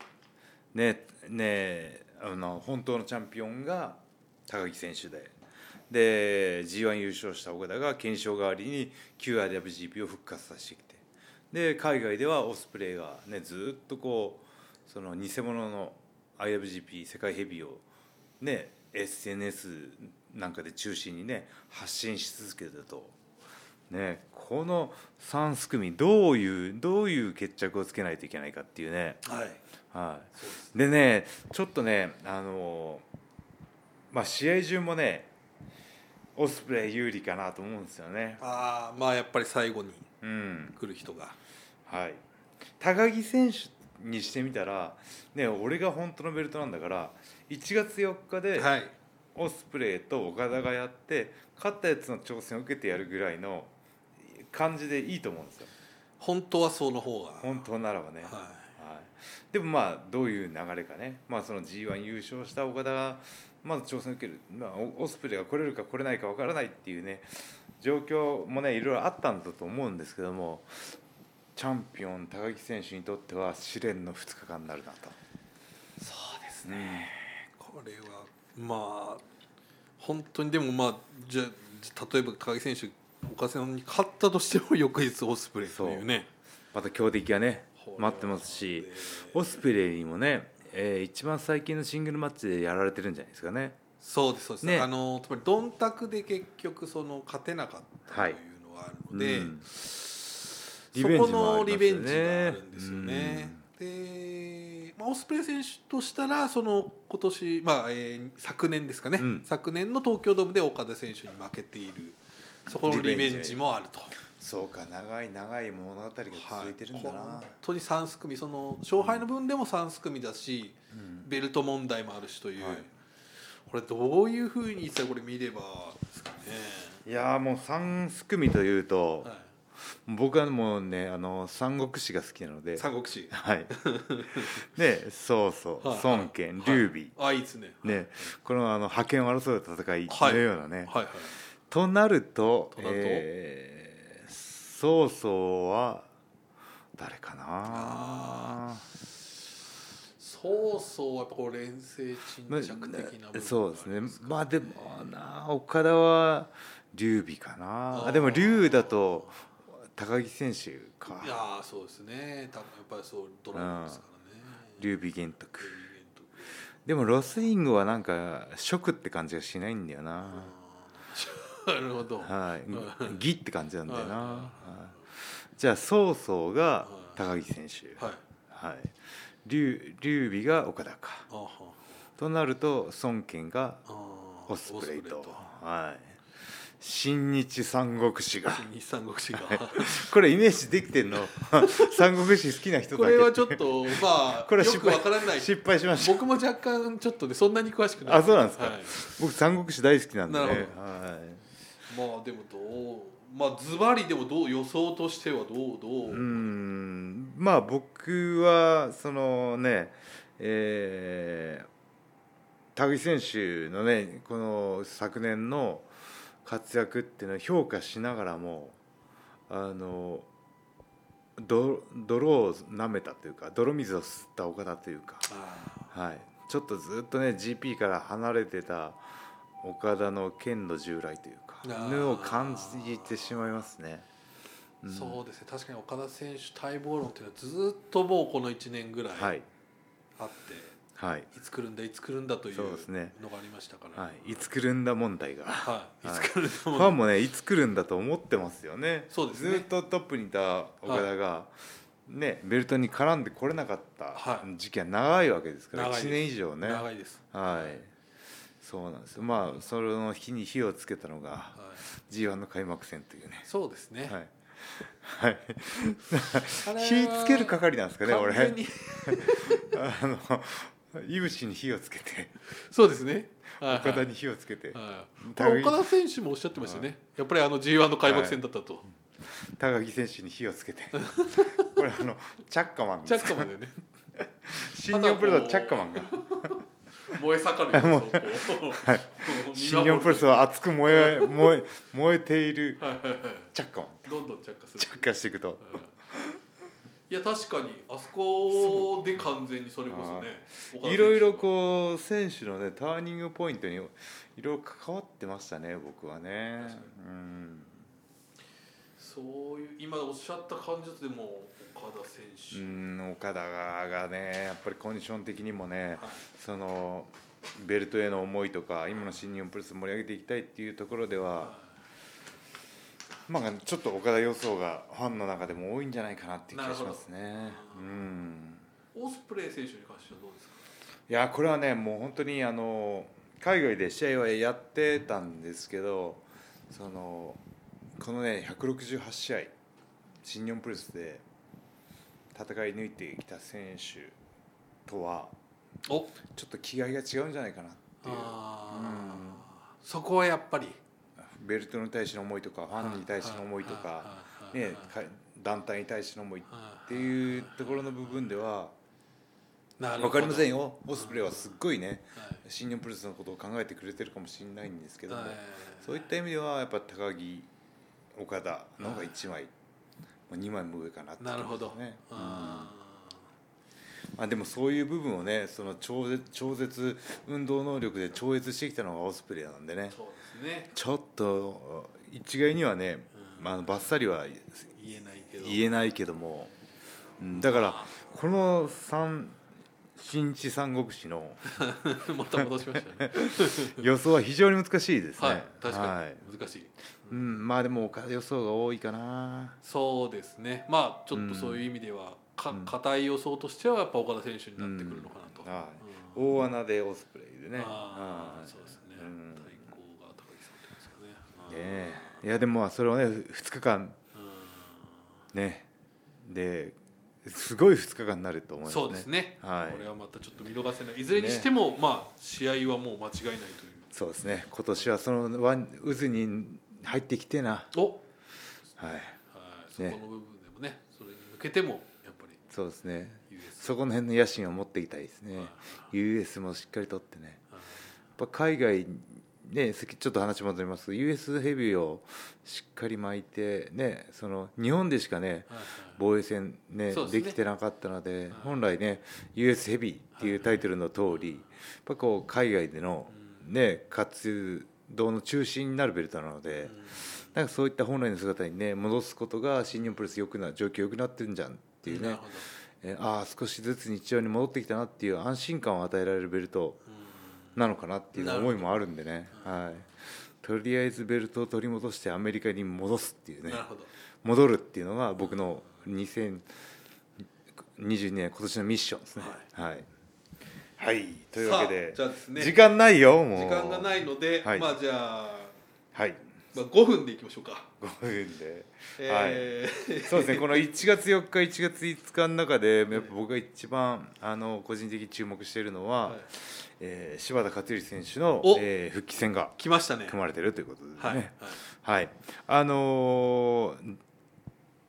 Speaker 1: ねねあの本当のチャンピオンが高木選手で。で G1 優勝した岡田が検証代わりに QRWGP を復活させてきてで海外ではオスプレイが、ね、ずっとこうその偽物の IWGP 世界ヘビーを、ね、SNS なんかで中心にね発信し続けてると、ね、この3組どういうどういう決着をつけないといけないかっていうね。
Speaker 2: はい
Speaker 1: はい
Speaker 2: そうです
Speaker 1: でねちょっとねあのまあ試合中もねオスプレイ有利かなと思うんですよね。
Speaker 2: ああまあやっぱり最後に
Speaker 1: うん
Speaker 2: 来る人が
Speaker 1: はい、高木選手にしてみたら、ね、俺が本当のベルトなんだから1月4日で
Speaker 2: はい
Speaker 1: オスプレイと岡田がやって勝ったやつの挑戦を受けてやるぐらいの感じでいいと思うんですよ
Speaker 2: 本当はその方が
Speaker 1: 本当ならばね。
Speaker 2: は
Speaker 1: はい、でもまあどういう流れかね、まあ、その g 1優勝した岡田がまず挑戦を受ける、まあ、オオスプレイが来れるか来れないかわからないっていうね状況もねいろいろあったんだと思うんですけどもチャンピオン高木選手にとっては試練の2日間になるなと。
Speaker 2: いそうです
Speaker 1: ね、
Speaker 2: これはまあ本当にでもまあじゃあ例えば高木選手岡瀬さんに勝ったとしても翌日オスプレイというね
Speaker 1: また強敵がね待ってますしオスプレイにもね、えー一番最近のシングルマッチでやられてるんじゃないですかね。
Speaker 2: そうですそうです、
Speaker 1: ね
Speaker 2: あのつまりドンタクで結局その勝てなかった
Speaker 1: は
Speaker 2: とい
Speaker 1: いう
Speaker 2: のがあるので、
Speaker 1: うんリベンジも
Speaker 2: そこの
Speaker 1: あります
Speaker 2: リベ
Speaker 1: よ
Speaker 2: ン
Speaker 1: ね
Speaker 2: ジがあるんですよね。で、まあ、オスプレイ選手としたらその今年、まあえー昨年ですかね、
Speaker 1: うん
Speaker 2: 昨年の東京ドームで岡田選手に負けているそこのリベ
Speaker 1: リベ
Speaker 2: ン
Speaker 1: ンジ
Speaker 2: ジもあると。
Speaker 1: そうか長い長い物語が続いてるんだな、
Speaker 2: 本当に3組その勝敗の分でも3組だし、ベルト問題もあるしという、
Speaker 1: はい
Speaker 2: これどういうふうに実際これ見ればですかね。
Speaker 1: いやーもう三組というと、
Speaker 2: はい
Speaker 1: 僕はもうねあの三国志が好きなので
Speaker 2: 三国志
Speaker 1: はいねそうそう、
Speaker 2: はい
Speaker 1: 孫権
Speaker 2: はい
Speaker 1: 劉備、
Speaker 2: あいいですね
Speaker 1: ねこのあの覇権を争う戦いのようなね、
Speaker 2: はいはい
Speaker 1: となると
Speaker 2: となると
Speaker 1: えー曹操は誰かな
Speaker 2: 曹操はやっぱこう連戦
Speaker 1: ま
Speaker 2: 沈着的な部分がありますか、
Speaker 1: そうですねまあでもな岡田は劉備かなあでも劉だと高木選手か
Speaker 2: いやーそうですね多分やっぱりそうドラマですからね
Speaker 1: 劉備玄徳
Speaker 2: ルイビゲンとか
Speaker 1: でもロスイングはなんか食って感じがしないんだよな、
Speaker 2: なるほど。は
Speaker 1: はい
Speaker 2: は、
Speaker 1: ギって感じなんだよな、
Speaker 2: はい
Speaker 1: はいじゃあ曹操が高木選手
Speaker 2: い。あ
Speaker 1: はい劉劉備が岡田か
Speaker 2: は
Speaker 1: となると孫権が
Speaker 2: ああ
Speaker 1: オスプレイとはい新日三国志が
Speaker 2: 新日三国志が。
Speaker 1: これイメージできてんの 三国志好きな人だけ
Speaker 2: これはちょっとまあ
Speaker 1: これは
Speaker 2: よ
Speaker 1: 失
Speaker 2: く
Speaker 1: 敗
Speaker 2: わからない。
Speaker 1: 失敗しました
Speaker 2: 僕も若干ちょっとねそんなに詳しくない。
Speaker 1: あそうなんですか
Speaker 2: はい
Speaker 1: 僕三国志大好きなんでね
Speaker 2: なるほ
Speaker 1: はい
Speaker 2: まあでもどうまあズバリでもどう予想としてはどうどう。
Speaker 1: うーんまあ僕はそのねえー高木選手のねこの昨年の活躍っていうのを評価しながらもあのど泥を舐めたというか泥水を吸った岡田というか、
Speaker 2: あ
Speaker 1: はい、ちょっとずっとね GP から離れてた岡田の剣の従来という
Speaker 2: あ
Speaker 1: か
Speaker 2: ー
Speaker 1: のを感じてしまいますね。
Speaker 2: ー
Speaker 1: うん
Speaker 2: そうですね確かに岡田選手待望論っていうのはずっともうこの1年ぐらいあっ
Speaker 1: は
Speaker 2: て、
Speaker 1: いはい、
Speaker 2: い、つ来るんだいつ来るんだという
Speaker 1: そうですね
Speaker 2: のがありましたから、
Speaker 1: はい、いつ来るんだ問題が
Speaker 2: はい、い
Speaker 1: はい
Speaker 2: つ来るの
Speaker 1: フ
Speaker 2: も
Speaker 1: ァンもねいつ来るんだと思ってますよね
Speaker 2: そうですね
Speaker 1: ずっとトップにいた岡田が、ね、ベルトに絡んでこれなかった
Speaker 2: はい
Speaker 1: 時期は長いわけですから、
Speaker 2: 長いです
Speaker 1: 1年以上ね
Speaker 2: 長いです、
Speaker 1: はいそうなんですよまあその日に火をつけたのが
Speaker 2: は
Speaker 1: g 1の開幕戦というね
Speaker 2: い、そうですね、
Speaker 1: はい、はい、
Speaker 2: あれは
Speaker 1: 火つける係なんですかね俺
Speaker 2: 完全に
Speaker 1: あのいぶしに火をつけて
Speaker 2: そうですねはいはい
Speaker 1: 岡田に火をつけて
Speaker 2: はいこれ岡田選手もおっしゃってましたよね、やっぱりあの g 1の開幕戦だったと、
Speaker 1: 高木選手に火をつ けてこれあのチャッカマンで
Speaker 2: チャ
Speaker 1: す
Speaker 2: ッカマンだよね
Speaker 1: 新日本プロレスはチャッカマンが
Speaker 2: 燃え盛るよ そうこう
Speaker 1: 新日本プロレスは熱く燃え燃え燃えている
Speaker 2: はいはいはい
Speaker 1: チャッカマン
Speaker 2: どんどん着火する
Speaker 1: チャッカしていくと
Speaker 2: はいいや確かにあそこで完全にそれこそね岡田選手
Speaker 1: いろいろこう選手のねターニングポイントにいろいろ関わってましたね僕はね
Speaker 2: 確か
Speaker 1: うん
Speaker 2: そういう今おっしゃった感じだとでも岡田選手、
Speaker 1: うん岡田がねやっぱりコンディション的にもね
Speaker 2: はい
Speaker 1: そのベルトへの思いとか今の新日本プロレス盛り上げていきたいっていうところではまあ、ちょっと岡田予想がファンの中でも多いんじゃないかなっていう気がしますね。うん、
Speaker 2: オスプレイ選手に関してはどうですか
Speaker 1: いやこれはねもう本当にあの海外で試合はやってたんですけどそのこのね168試合新日本プロレスで戦い抜いてきた選手とは
Speaker 2: お
Speaker 1: ちょっと気概が違うんじゃないかなっていう
Speaker 2: あ
Speaker 1: うん
Speaker 2: あそこはやっぱり
Speaker 1: ベルトに対しての思いとかファンに対しての思いと
Speaker 2: は
Speaker 1: か、ね
Speaker 2: いはい、はい
Speaker 1: か団体に対しての思い
Speaker 2: は
Speaker 1: っていうところの部分では
Speaker 2: なるほど
Speaker 1: 分かりませんよオスプレイはすっごいね
Speaker 2: は
Speaker 1: 新日本プロレスのことを考えてくれてるかもしれないんですけ
Speaker 2: い
Speaker 1: ども
Speaker 2: はい
Speaker 1: そういった意味ではやっぱ高木岡田の方が1枚2枚も上かなって
Speaker 2: なるほ
Speaker 1: と
Speaker 2: ど
Speaker 1: ころですねうん
Speaker 2: あ
Speaker 1: まあでもそういう部分をねその超絶超絶運動能力で超越してきたのがオスプレイなんでね
Speaker 2: ーそうですね
Speaker 1: ちょっと一概にはね
Speaker 2: うん
Speaker 1: まあバッサリは
Speaker 2: 言えないけど
Speaker 1: 言
Speaker 2: え
Speaker 1: えないけども、うん、だからこの三新地三国志の
Speaker 2: また戻しましたね
Speaker 1: 予想は非常に難しいですね。
Speaker 2: はい 確
Speaker 1: は
Speaker 2: か
Speaker 1: い
Speaker 2: に難しい
Speaker 1: うん、まあでも岡田予想が多いかな。
Speaker 2: そうですねまあちょっとそういう意味ではか硬い予想としてはやっぱ岡田選手になってくるのかなと
Speaker 1: は
Speaker 2: う
Speaker 1: い、
Speaker 2: ん
Speaker 1: 大穴でオスプレイでね。
Speaker 2: あ
Speaker 1: は
Speaker 2: あ
Speaker 1: い
Speaker 2: そうですね
Speaker 1: うんね
Speaker 2: 対抗が高木さんってますかね
Speaker 1: えいやでもまあそれをね2日間
Speaker 2: う
Speaker 1: ねですごい2日間になると思い
Speaker 2: ん
Speaker 1: ますね。
Speaker 2: そうですね、
Speaker 1: はい
Speaker 2: これはまたちょっと見逃せないいずれにしても、まあ試合はもう間違いないという
Speaker 1: そうですね今年はその輪渦に入ってきてな。
Speaker 2: お、
Speaker 1: はい。
Speaker 2: はい、そこ
Speaker 1: ね
Speaker 2: の部分でもねそれに向けてもやっぱり
Speaker 1: そうですね。
Speaker 2: US
Speaker 1: そこの辺の野心を持っていきたいですね
Speaker 2: はい。
Speaker 1: US もしっかりとってね。
Speaker 2: はい
Speaker 1: やっぱ海外ねさっきちょっと話戻りますけど US ヘビーをしっかり巻いてねその日本でしかね
Speaker 2: はい
Speaker 1: 防衛戦ね
Speaker 2: そうですね
Speaker 1: できてなかったので、
Speaker 2: い
Speaker 1: 本来ね US ヘビーっていうタイトルの通り、やっぱこう海外でのね活動の中心になるベルトなので、
Speaker 2: うん
Speaker 1: なんかそういった本来の姿にね戻すことが新日本プロレス良くな状況良くなってるんじゃんっていう
Speaker 2: なる
Speaker 1: ね
Speaker 2: ほ、ど
Speaker 1: えーああ少しずつ日常に戻ってきたなっていう安心感を与えられるベルトなのかなっていう思いもあるんでね、はい、とりあえずベルトを取り戻してアメリカに戻すっていうね
Speaker 2: なるほど
Speaker 1: 戻るっていうのが僕の2022年今年のミッションですねはい、はいというわけで
Speaker 2: さあじゃあですね
Speaker 1: 時間ないよもう
Speaker 2: 時間がないので、
Speaker 1: はい
Speaker 2: まあじゃあ、
Speaker 1: はい
Speaker 2: まあ、5分でいきましょうか、
Speaker 1: 5分で、はい
Speaker 2: えー
Speaker 1: そうですね、この1月4日、1月5日の中で、やっぱ僕が一番あの個人的に注目しているのは、
Speaker 2: はい
Speaker 1: えー柴田勝頼選手の
Speaker 2: お、
Speaker 1: えー復帰戦が
Speaker 2: 来ましたね
Speaker 1: 組まれているということです
Speaker 2: はい、はい
Speaker 1: ね。はい、あのー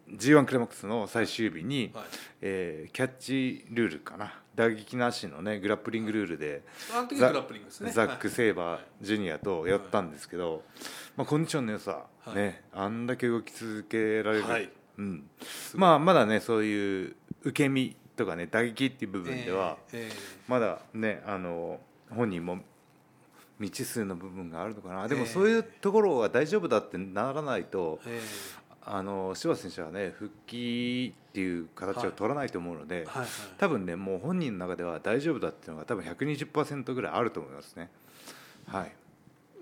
Speaker 1: G1 クライマックスの最終日に、
Speaker 2: はい
Speaker 1: えーキャッチルールかな打撃なしのねグラップリングルールで、
Speaker 2: あの時
Speaker 1: ザ
Speaker 2: グラップリングですね
Speaker 1: ザック・
Speaker 2: はい
Speaker 1: セイバージュニアとやったんですけど、まあ、コンディションの良さ、
Speaker 2: はい
Speaker 1: ね、あんだけ動き続けられる、
Speaker 2: はい
Speaker 1: うん、まあまだねそういう受け身とかね打撃っていう部分では、
Speaker 2: えーえ
Speaker 1: まだねあの本人も未知数の部分があるのかなで
Speaker 2: え
Speaker 1: も
Speaker 2: え
Speaker 1: そういうところは大丈夫だってならないと、
Speaker 2: ーえ
Speaker 1: あの柴田選手はね復帰っていう形を取らないと思うので。
Speaker 2: ーはいはい
Speaker 1: 多分ねもう本人の中では大丈夫だっていうのが多分120%ぐらいあると思いますねはい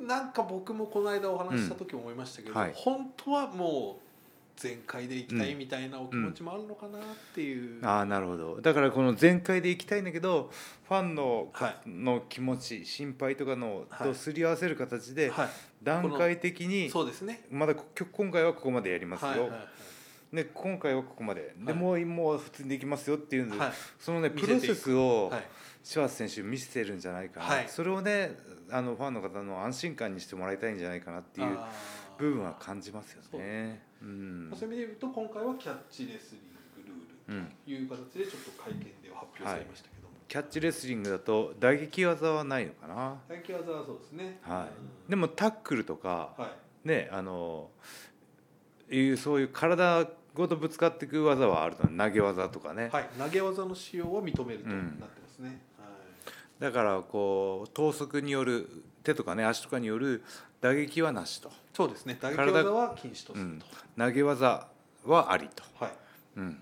Speaker 2: なんか僕もこの間お話しした時思いましたけど、
Speaker 1: うんはい
Speaker 2: 本当はもう全開で行きたいみたいなお気
Speaker 1: う
Speaker 2: 持
Speaker 1: ん
Speaker 2: ちもあるのかなっていう、
Speaker 1: ああなるほどだからこの全開でいきたいんだけどファンの,、
Speaker 2: はい
Speaker 1: の気持ち心配とかの
Speaker 2: はい
Speaker 1: とすり合わせる形で、
Speaker 2: は
Speaker 1: 段階的
Speaker 2: い、
Speaker 1: に
Speaker 2: そうですね
Speaker 1: まだこ今回はここまでやりますよ、
Speaker 2: はいはいはい
Speaker 1: で今回はここまで、
Speaker 2: は
Speaker 1: で
Speaker 2: い
Speaker 1: もうもう普通にできますよっていうので、
Speaker 2: はい
Speaker 1: そのねプ
Speaker 2: 見せてい
Speaker 1: ロ
Speaker 2: く
Speaker 1: セスを
Speaker 2: はい
Speaker 1: シュワーツ選手見せてるんじゃないかな、
Speaker 2: はい
Speaker 1: それをねあのファンの方の安心感にしてもらいたいんじゃないかなっていう
Speaker 2: あー
Speaker 1: 部分は感じますよね。うん
Speaker 2: そういう意味で言うと今回はキャッチレスリング
Speaker 1: う
Speaker 2: ルール
Speaker 1: ん
Speaker 2: という形でちょっと会見では発表されましたけども、
Speaker 1: キャッチレスリングだと打撃技はないのかな、
Speaker 2: 最近はそうですね
Speaker 1: はい、
Speaker 2: う
Speaker 1: でもタックルとか、
Speaker 2: んはい
Speaker 1: ねあのいうそういう体ごとぶつかっていく技はあると投げ技とかね、
Speaker 2: はい、投げ技の使用を認めると
Speaker 1: う
Speaker 2: なんってますね、
Speaker 1: だからこう等速による手とかね足とかによる打撃はなしと
Speaker 2: はい、そうですね投げ
Speaker 1: 体
Speaker 2: 技は禁止とすると、
Speaker 1: うん投げ技はありと、
Speaker 2: はい
Speaker 1: うん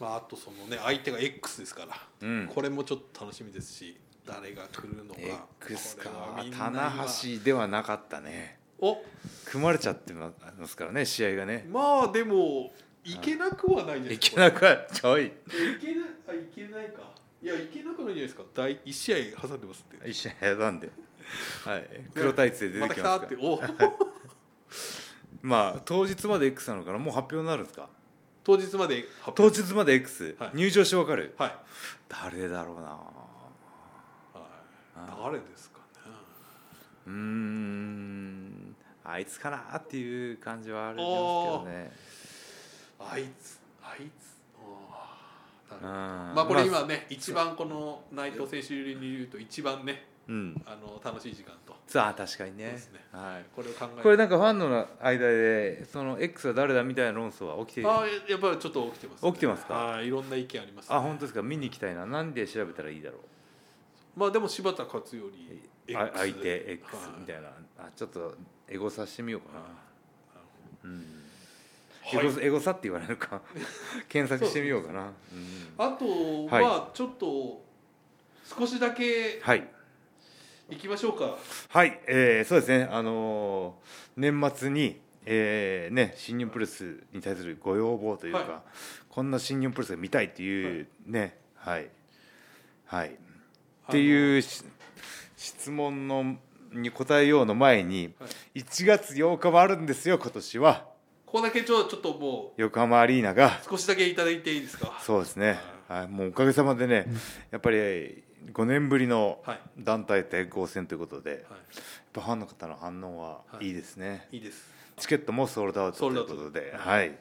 Speaker 2: まあ、あとそのね相手が X ですから、
Speaker 1: うん
Speaker 2: これもちょっと楽しみですし誰が来るのか
Speaker 1: X
Speaker 2: これ
Speaker 1: か
Speaker 2: はみんな今
Speaker 1: 棚橋ではなかったね
Speaker 2: お
Speaker 1: 組まれちゃってますからね試合がね
Speaker 2: まあでもいけなくはないじゃない
Speaker 1: い
Speaker 2: です
Speaker 1: け
Speaker 2: か
Speaker 1: なくはちょい
Speaker 2: これいけなあいけないかいやいけなくないじゃないですか第1試合挟んでますって
Speaker 1: 一緒に選んで、はい、黒タイツで出てきます
Speaker 2: ま
Speaker 1: か
Speaker 2: た来
Speaker 1: ら、
Speaker 2: たってお
Speaker 1: まあ当日まで X なのかなもう発表になるんですか
Speaker 2: 当日まで発
Speaker 1: 当
Speaker 2: 表
Speaker 1: 日まで X、
Speaker 2: はい
Speaker 1: 入場してわかる
Speaker 2: はい、
Speaker 1: 誰だろうな
Speaker 2: はい、誰ですかね
Speaker 1: うーんあいつかなっていう感じはあるんです
Speaker 2: あいつあいつあ
Speaker 1: け
Speaker 2: ーな
Speaker 1: どね、うん
Speaker 2: るほどまあこれ今ね、一番この内藤選手流に言うと一番ね
Speaker 1: うん
Speaker 2: あの楽しい時間と
Speaker 1: さあ確かに
Speaker 2: そう
Speaker 1: ね
Speaker 2: ですね
Speaker 1: はい
Speaker 2: これを考えて
Speaker 1: これなんかファンの間でその X は誰だみたいな論争は起きて
Speaker 2: あーやっぱりちょっと起きてます、
Speaker 1: 起きてますか
Speaker 2: はいいろんな意見あります、
Speaker 1: あ本当ですか見に行きたいななんで調べたらいいだろう
Speaker 2: まあでも柴田勝頼
Speaker 1: あ
Speaker 2: X
Speaker 1: 相手 X みた
Speaker 2: はい
Speaker 1: な、あちょっとエゴさしてみようかな、うん
Speaker 2: はい
Speaker 1: エゴエゴさって言われる か検索してみようかなうん
Speaker 2: あとはちょっと少しだけ
Speaker 1: はい
Speaker 2: 行きましょうか、
Speaker 1: はい、えーそうですねあのー年末にえーね、新日本プロレスに対するご要望というか、
Speaker 2: はい
Speaker 1: こんな新日本プロレスが見たいっていうねはい、はいって
Speaker 2: う
Speaker 1: いうし質問のに答えようの前に、
Speaker 2: は
Speaker 1: 1月8日もあるんですよ今年は
Speaker 2: ここだけちょちょっとも
Speaker 1: 横浜アリーナが
Speaker 2: う少しだけいただいていいですか
Speaker 1: そうですね、はい、もうおかげさまでね、やっぱり5年ぶりの
Speaker 2: はい
Speaker 1: 団体対抗戦ということで、やっ
Speaker 2: は
Speaker 1: ぱファンの方の反応は
Speaker 2: はい
Speaker 1: いいですね、
Speaker 2: い、いいです
Speaker 1: チケットもソールドアウト
Speaker 2: ソー
Speaker 1: とい
Speaker 2: ルドア
Speaker 1: う
Speaker 2: ウ
Speaker 1: こ
Speaker 2: ト
Speaker 1: とで、はい。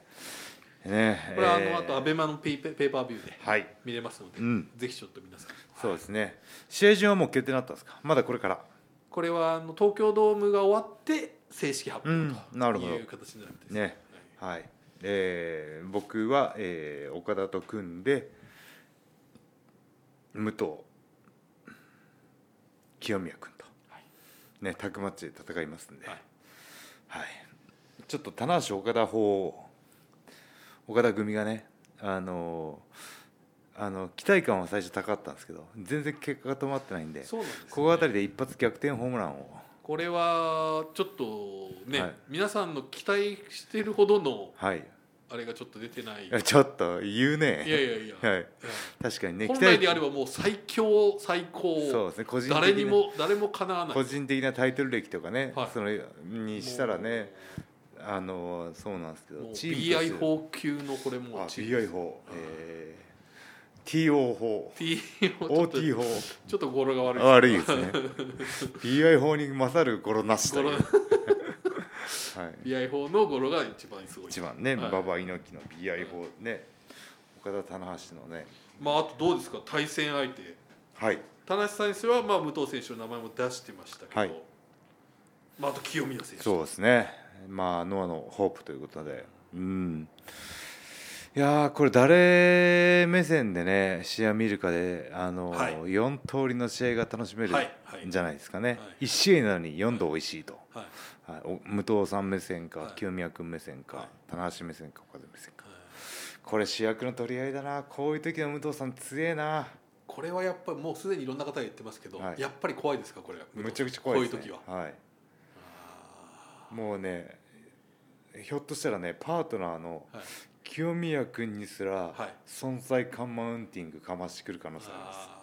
Speaker 1: ね、
Speaker 2: これはあ
Speaker 1: えー
Speaker 2: のあとアベマのペイペペーパービューで
Speaker 1: はい、
Speaker 2: 見れますので、
Speaker 1: うん
Speaker 2: ぜひちょっと皆さん
Speaker 1: そうですね、試合順はもう決定になったんですか、まだこれから、
Speaker 2: これはあの東京ドームが終わって正式発表と、
Speaker 1: うんなるほど
Speaker 2: いう形になるんです
Speaker 1: ね、はい、えー僕は、えー岡田と組んで、武藤、清宮君と、
Speaker 2: はい
Speaker 1: ね、タッグマッチで戦いますんで。
Speaker 2: はい
Speaker 1: はい、ちょっと棚橋岡田方岡田組がねあのあの期待感は最初高かったんですけど全然結果が止まってないんで
Speaker 2: そうなんです、ね、
Speaker 1: ここあたりで一発逆転ホームランを
Speaker 2: これはちょっとね、
Speaker 1: はい
Speaker 2: 皆さんの期待してるほどの
Speaker 1: はい
Speaker 2: あれがちょっと出てないい
Speaker 1: い
Speaker 2: や
Speaker 1: やちょっと言うね
Speaker 2: いやいやいや、
Speaker 1: はい、確かにね
Speaker 2: 本来であればもう最強最高
Speaker 1: そうですね個人的な
Speaker 2: 誰にも誰もかなわない
Speaker 1: 個人的なタイトル歴とかね、
Speaker 2: はい
Speaker 1: そのにしたらねあのそうなんですけ
Speaker 2: もうも
Speaker 1: ど
Speaker 2: う
Speaker 1: チームとして
Speaker 2: BI 法級のこれも
Speaker 1: あ
Speaker 2: うチーム
Speaker 1: BI 法、えー、TO 法
Speaker 2: TO ちょっと
Speaker 1: OT 法
Speaker 2: ちょっと語呂が悪い
Speaker 1: 悪いですね BI 法に勝る頃なしという、
Speaker 2: 語
Speaker 1: はい、
Speaker 2: BI 法の語呂が一番すごい
Speaker 1: 一番ね
Speaker 2: はい
Speaker 1: 馬場猪木の BI 法ね岡田棚橋のね
Speaker 2: まああとどうですか対戦相手
Speaker 1: はい
Speaker 2: 田無さんにしてはまあ武藤選手の名前も出してましたけど、
Speaker 1: はい
Speaker 2: まああと清宮選手
Speaker 1: そうですねまあノアのホープということでうんいやーこれ誰目線でね試合見るかであの、
Speaker 2: はい
Speaker 1: 4通りの試合が楽しめる
Speaker 2: はいはい
Speaker 1: んじゃないですかね、
Speaker 2: はい
Speaker 1: 1試合なのに4度おいしいと、
Speaker 2: はい
Speaker 1: はいお武藤さん目線か、
Speaker 2: はい
Speaker 1: 清宮君目線か、
Speaker 2: はい
Speaker 1: 棚橋目線か岡田目線か
Speaker 2: はい
Speaker 1: これ主役の取り合いだなこういう時の武藤さん強えな
Speaker 2: これはやっぱりもうすでにいろんな方が言ってますけど、
Speaker 1: はい
Speaker 2: やっぱり怖いですかこれは
Speaker 1: むちゃくちゃ怖いです、ね、
Speaker 2: こういう時は
Speaker 1: はいもうねひょっとしたらねパートナーの
Speaker 2: はい
Speaker 1: 清宮君にすら
Speaker 2: はい
Speaker 1: 存在感マウンティングかましてくる可能性あります
Speaker 2: あ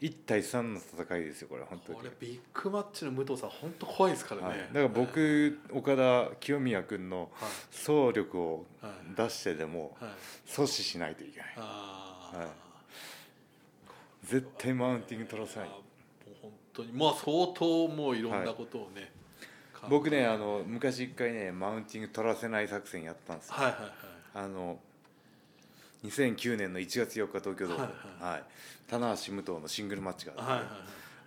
Speaker 1: 1対3の戦いですよこれは本
Speaker 2: ー
Speaker 1: 当に
Speaker 2: これビッグマッチの武藤さん本当怖いですからね、
Speaker 1: はい、だから僕岡田清宮君の
Speaker 2: はい
Speaker 1: 総力を
Speaker 2: はい
Speaker 1: 出してでも
Speaker 2: はい、
Speaker 1: 阻止しないといけない
Speaker 2: あ
Speaker 1: はい
Speaker 2: あ
Speaker 1: 絶対マウンティング取らせない
Speaker 2: やもう本当にまあ相当もういろんなことをね、考え
Speaker 1: 僕ねあの昔一回ねマウンティング取らせない作戦やったんですよ
Speaker 2: はいはいはい
Speaker 1: あの2009年の1月4日東京ドーム、
Speaker 2: は
Speaker 1: はいい
Speaker 2: は
Speaker 1: 棚橋武藤のシングルマッチがあって、
Speaker 2: はいはい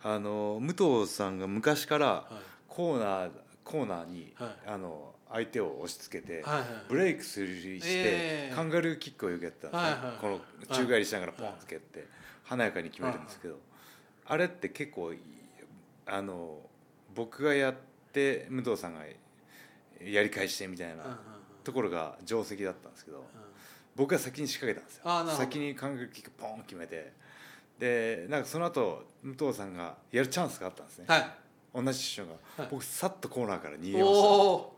Speaker 1: あの武藤さんが昔から
Speaker 2: はい
Speaker 1: コーナーコーナーに、
Speaker 2: はい
Speaker 1: あの相手を押し付けて、
Speaker 2: はいはい
Speaker 1: ブレイクするして、
Speaker 2: ええ
Speaker 1: カンガルーキックをよくやったんですね、
Speaker 2: はいはい
Speaker 1: この宙返りしながらポンと蹴って、華やかに決めるんですけど、あれって結構いあの僕がやって武藤さんがやり返してみたい
Speaker 2: うんうんうん
Speaker 1: なところが定石だったんですけど、
Speaker 2: うん
Speaker 1: 僕が先に仕掛けたんです
Speaker 2: あーなるほ
Speaker 1: よ
Speaker 2: ど
Speaker 1: 先に韓国キックポン決めてでなんかその後武藤さんがやるチャンスがあったんですね、
Speaker 2: はい
Speaker 1: 同じ師匠
Speaker 2: は
Speaker 1: が
Speaker 2: い
Speaker 1: 僕さっとコーナーから逃げまし
Speaker 2: おお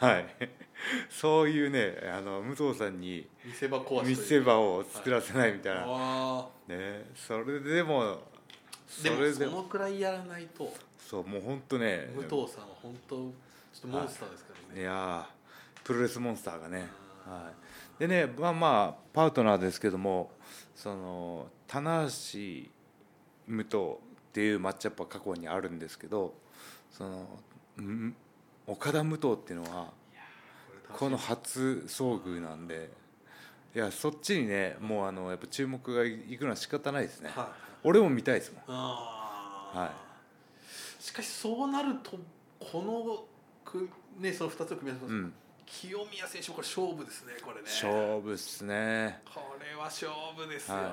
Speaker 1: た、はい そういうねあの武藤さんに
Speaker 2: ー見せ場壊し
Speaker 1: 見せ場を作らせないみたいな、
Speaker 2: あ
Speaker 1: ねそれでも
Speaker 2: ー
Speaker 1: そ
Speaker 2: で
Speaker 1: れ
Speaker 2: も
Speaker 1: で
Speaker 2: そ
Speaker 1: も
Speaker 2: のくらいやらないと
Speaker 1: そうもう本当ね
Speaker 2: 武藤さんは本当ちょっとモンスターですから
Speaker 1: い
Speaker 2: ね
Speaker 1: やープロレスモンスターがね、
Speaker 2: あー
Speaker 1: はい、でねまあまあパートナーですけどもその棚橋武藤っていうマッチアップは過去にあるんですけどそのん岡田武藤っていうのはこの初遭遇なんでいやそっちにねもうあのやっぱ注目がいくのは仕方ないですね、
Speaker 2: はい
Speaker 1: 俺も見たいですもん
Speaker 2: あー
Speaker 1: は
Speaker 2: しかしそうなるとこのくねその二つを組み合わせます、
Speaker 1: うん
Speaker 2: 清宮選手もこれ勝負ですねこれね
Speaker 1: 勝負っすね
Speaker 2: これは勝負ですよね、
Speaker 1: はい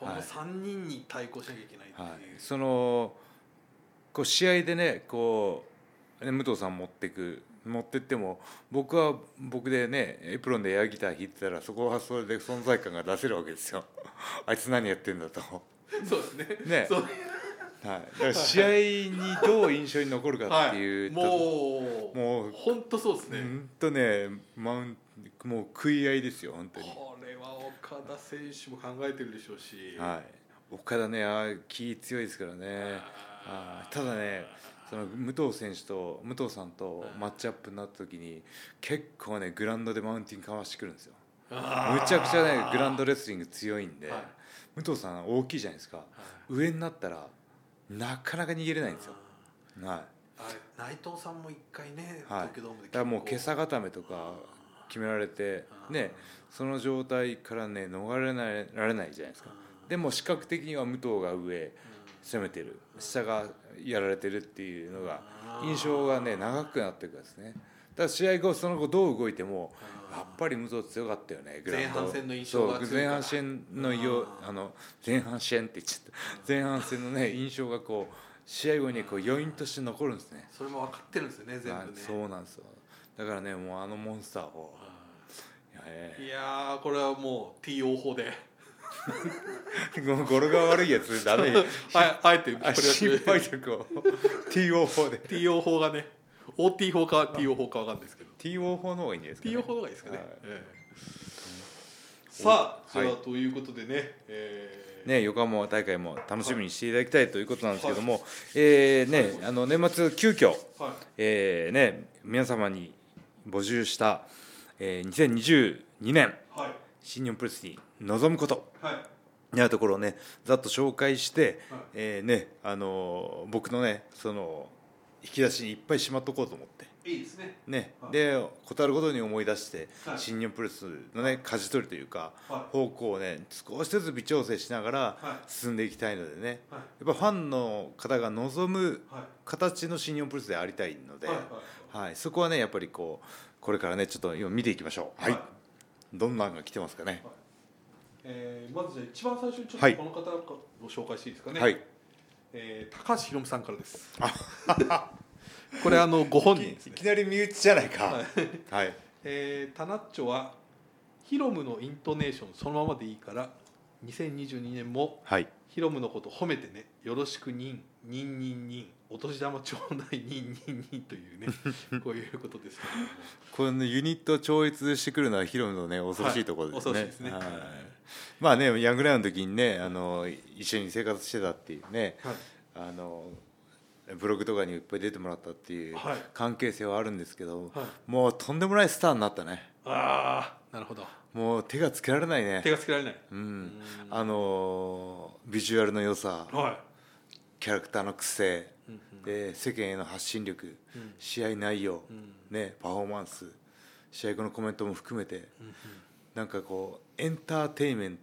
Speaker 2: この
Speaker 1: はい
Speaker 2: 3人に対抗しなきゃいけないっていう、
Speaker 1: はい、そのこう試合でねこうね武藤さん持ってく持ってっても僕は僕でねエプロンでエアギター弾いてたらそこはそれで存在感が出せるわけですよ あいつ何やってんだと、は
Speaker 2: そうですね
Speaker 1: ね
Speaker 2: そう
Speaker 1: い、だから試合にどう印象に残るかっていうと、
Speaker 2: もう
Speaker 1: もう
Speaker 2: 本当そうですね、
Speaker 1: ほんとねマウンもう食い合いですよ本当に、
Speaker 2: これは岡田選手も考えてるでしょうし、
Speaker 1: はい、岡田ねあー気強いですからね
Speaker 2: あー
Speaker 1: あーただねその武藤選手と武藤さんと
Speaker 2: うん
Speaker 1: マッチアップになった時に結構ねグラウンドでマウンティングかましてくるんですよ
Speaker 2: あー
Speaker 1: むちゃくちゃねグラウンドレスリング強いんで、
Speaker 2: はい
Speaker 1: 武藤さん大きいじゃないですか上になったらなかなか逃げれないんですよ、はい、
Speaker 2: あれ内藤さんも一回ね、
Speaker 1: はい
Speaker 2: 東京ドームで
Speaker 1: だからもう今朝固めとか決められてねその状態からね逃れられられないじゃないですかでも視覚的には武藤が上攻めてる下がやられてるっていうのが印象がね長くなっていくんですねだから試合後その後どう動いてもやっぱり武藤強かったよねグラウンド
Speaker 2: 前半戦の印象が強い
Speaker 1: そう前
Speaker 2: から
Speaker 1: 半戦のよう
Speaker 2: あー
Speaker 1: あの前半戦って言っちゃった前半戦のね印象がこう試合後にこう余韻として残るんですね
Speaker 2: それも分かってるんですよね全部ね
Speaker 1: あそうなんですよだからねもうあのモンスターを、いや
Speaker 2: い
Speaker 1: え
Speaker 2: やーこれはもう TO 法で
Speaker 1: ー、語呂が悪いやつだね
Speaker 2: ああえて引っ張り
Speaker 1: あ
Speaker 2: 出して
Speaker 1: 失敗作を TO 法で
Speaker 2: TO 法がね OT 法か TO 法かわかんないですけど
Speaker 1: TO 法の方がいいんじゃないです
Speaker 2: TO
Speaker 1: か、
Speaker 2: 法
Speaker 1: ね、
Speaker 2: の方がいいですかね、
Speaker 1: はい
Speaker 2: ええさあじゃあ、
Speaker 1: はい
Speaker 2: ということでね,、えー
Speaker 1: ね横浜大会も楽しみにしていただきたいということなんですけども、えーねあの年末急遽
Speaker 2: はい
Speaker 1: えーね、皆様に募集した、えー2022年
Speaker 2: はい
Speaker 1: 新日本プロレスに臨むこと
Speaker 2: はい
Speaker 1: になるところをねざっと紹介して、
Speaker 2: はい
Speaker 1: えーねあのー僕のねその引き出しにいっぱいしまっとこうと思って。
Speaker 2: いいですね
Speaker 1: ね
Speaker 2: はい
Speaker 1: で事あるごとに思い出して、
Speaker 2: はい
Speaker 1: 新日本プロレスのね舵取りというか、
Speaker 2: は
Speaker 1: 方向をね少しずつ微調整しながら
Speaker 2: は
Speaker 1: 進んでいきたいのでね、
Speaker 2: はい
Speaker 1: やっぱファンの方が望む
Speaker 2: はい
Speaker 1: 形の新日本プロレスでありたいので、
Speaker 2: はいは
Speaker 1: はい、そこはねやっぱりこうこれからねちょっと今見ていきましょう。はい、
Speaker 2: はい
Speaker 1: どんなのが来てますかね。
Speaker 2: えーまずじゃあ一番最初にちょ
Speaker 1: は
Speaker 2: っ
Speaker 1: い
Speaker 2: とこの方をご紹介していいですかね、
Speaker 1: はい、
Speaker 2: えー高橋宏美さんからです。 これあのご本人です
Speaker 1: い
Speaker 2: ね
Speaker 1: き。なり身内じゃないか。は
Speaker 2: はいい、
Speaker 1: はい、
Speaker 2: えータナッチョはヒロムのイントネーションそのままでいいから2022年もヒロムのこと褒めてねよろしくにんにんにんにんお年玉ちょうだいにんにんにんという ねこういうことですけども
Speaker 1: このユニットを超越してくるのはヒロムのね恐ろしいところですね。
Speaker 2: はい恐ろしいですね
Speaker 1: は
Speaker 2: はい
Speaker 1: まあねヤングライオンの時にねあの一緒に生活してたっていうね
Speaker 2: はい
Speaker 1: あのブログとかにいっぱい出てもらったっていう
Speaker 2: はい
Speaker 1: 関係性はあるんですけど、
Speaker 2: はい
Speaker 1: もうとんでもないスターになったね。
Speaker 2: ああなるほど
Speaker 1: もう手がつけられないね。
Speaker 2: 手がつけられない、
Speaker 1: うん、あのービジュアルの良さ
Speaker 2: は
Speaker 1: キャラクターの癖、
Speaker 2: い、うん
Speaker 1: で世間への発信力、
Speaker 2: うん
Speaker 1: 試合内容、
Speaker 2: うん
Speaker 1: ね、パフォーマンス試合後のコメントも含めて
Speaker 2: うんうん
Speaker 1: なんかこうエンターテインメン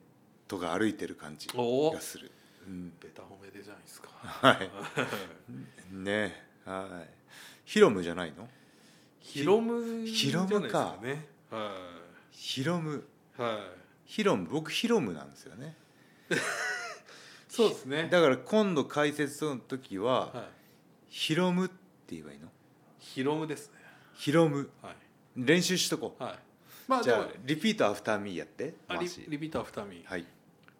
Speaker 1: トが歩いてる感じ
Speaker 2: おー
Speaker 1: がする、うん、
Speaker 2: ベタ褒めでじゃない ですか
Speaker 1: はいねはいヒロムじゃないの
Speaker 2: ヒロム
Speaker 1: ヒロムか
Speaker 2: じゃないですかねは
Speaker 1: ヒロム
Speaker 2: いはい
Speaker 1: ヒロム僕ヒロムなんですよね
Speaker 2: そうですね
Speaker 1: だから今度解説の時は、
Speaker 2: はい、
Speaker 1: ヒロムって言えばいいの
Speaker 2: ヒロムですね
Speaker 1: ヒロム
Speaker 2: はい
Speaker 1: 練習しとこう
Speaker 2: はいまあ
Speaker 1: じ
Speaker 2: でも
Speaker 1: ゃあリピートアフターミーやって
Speaker 2: あ
Speaker 1: マ
Speaker 2: リ
Speaker 1: ーシー
Speaker 2: リピートアフターミー、
Speaker 1: はい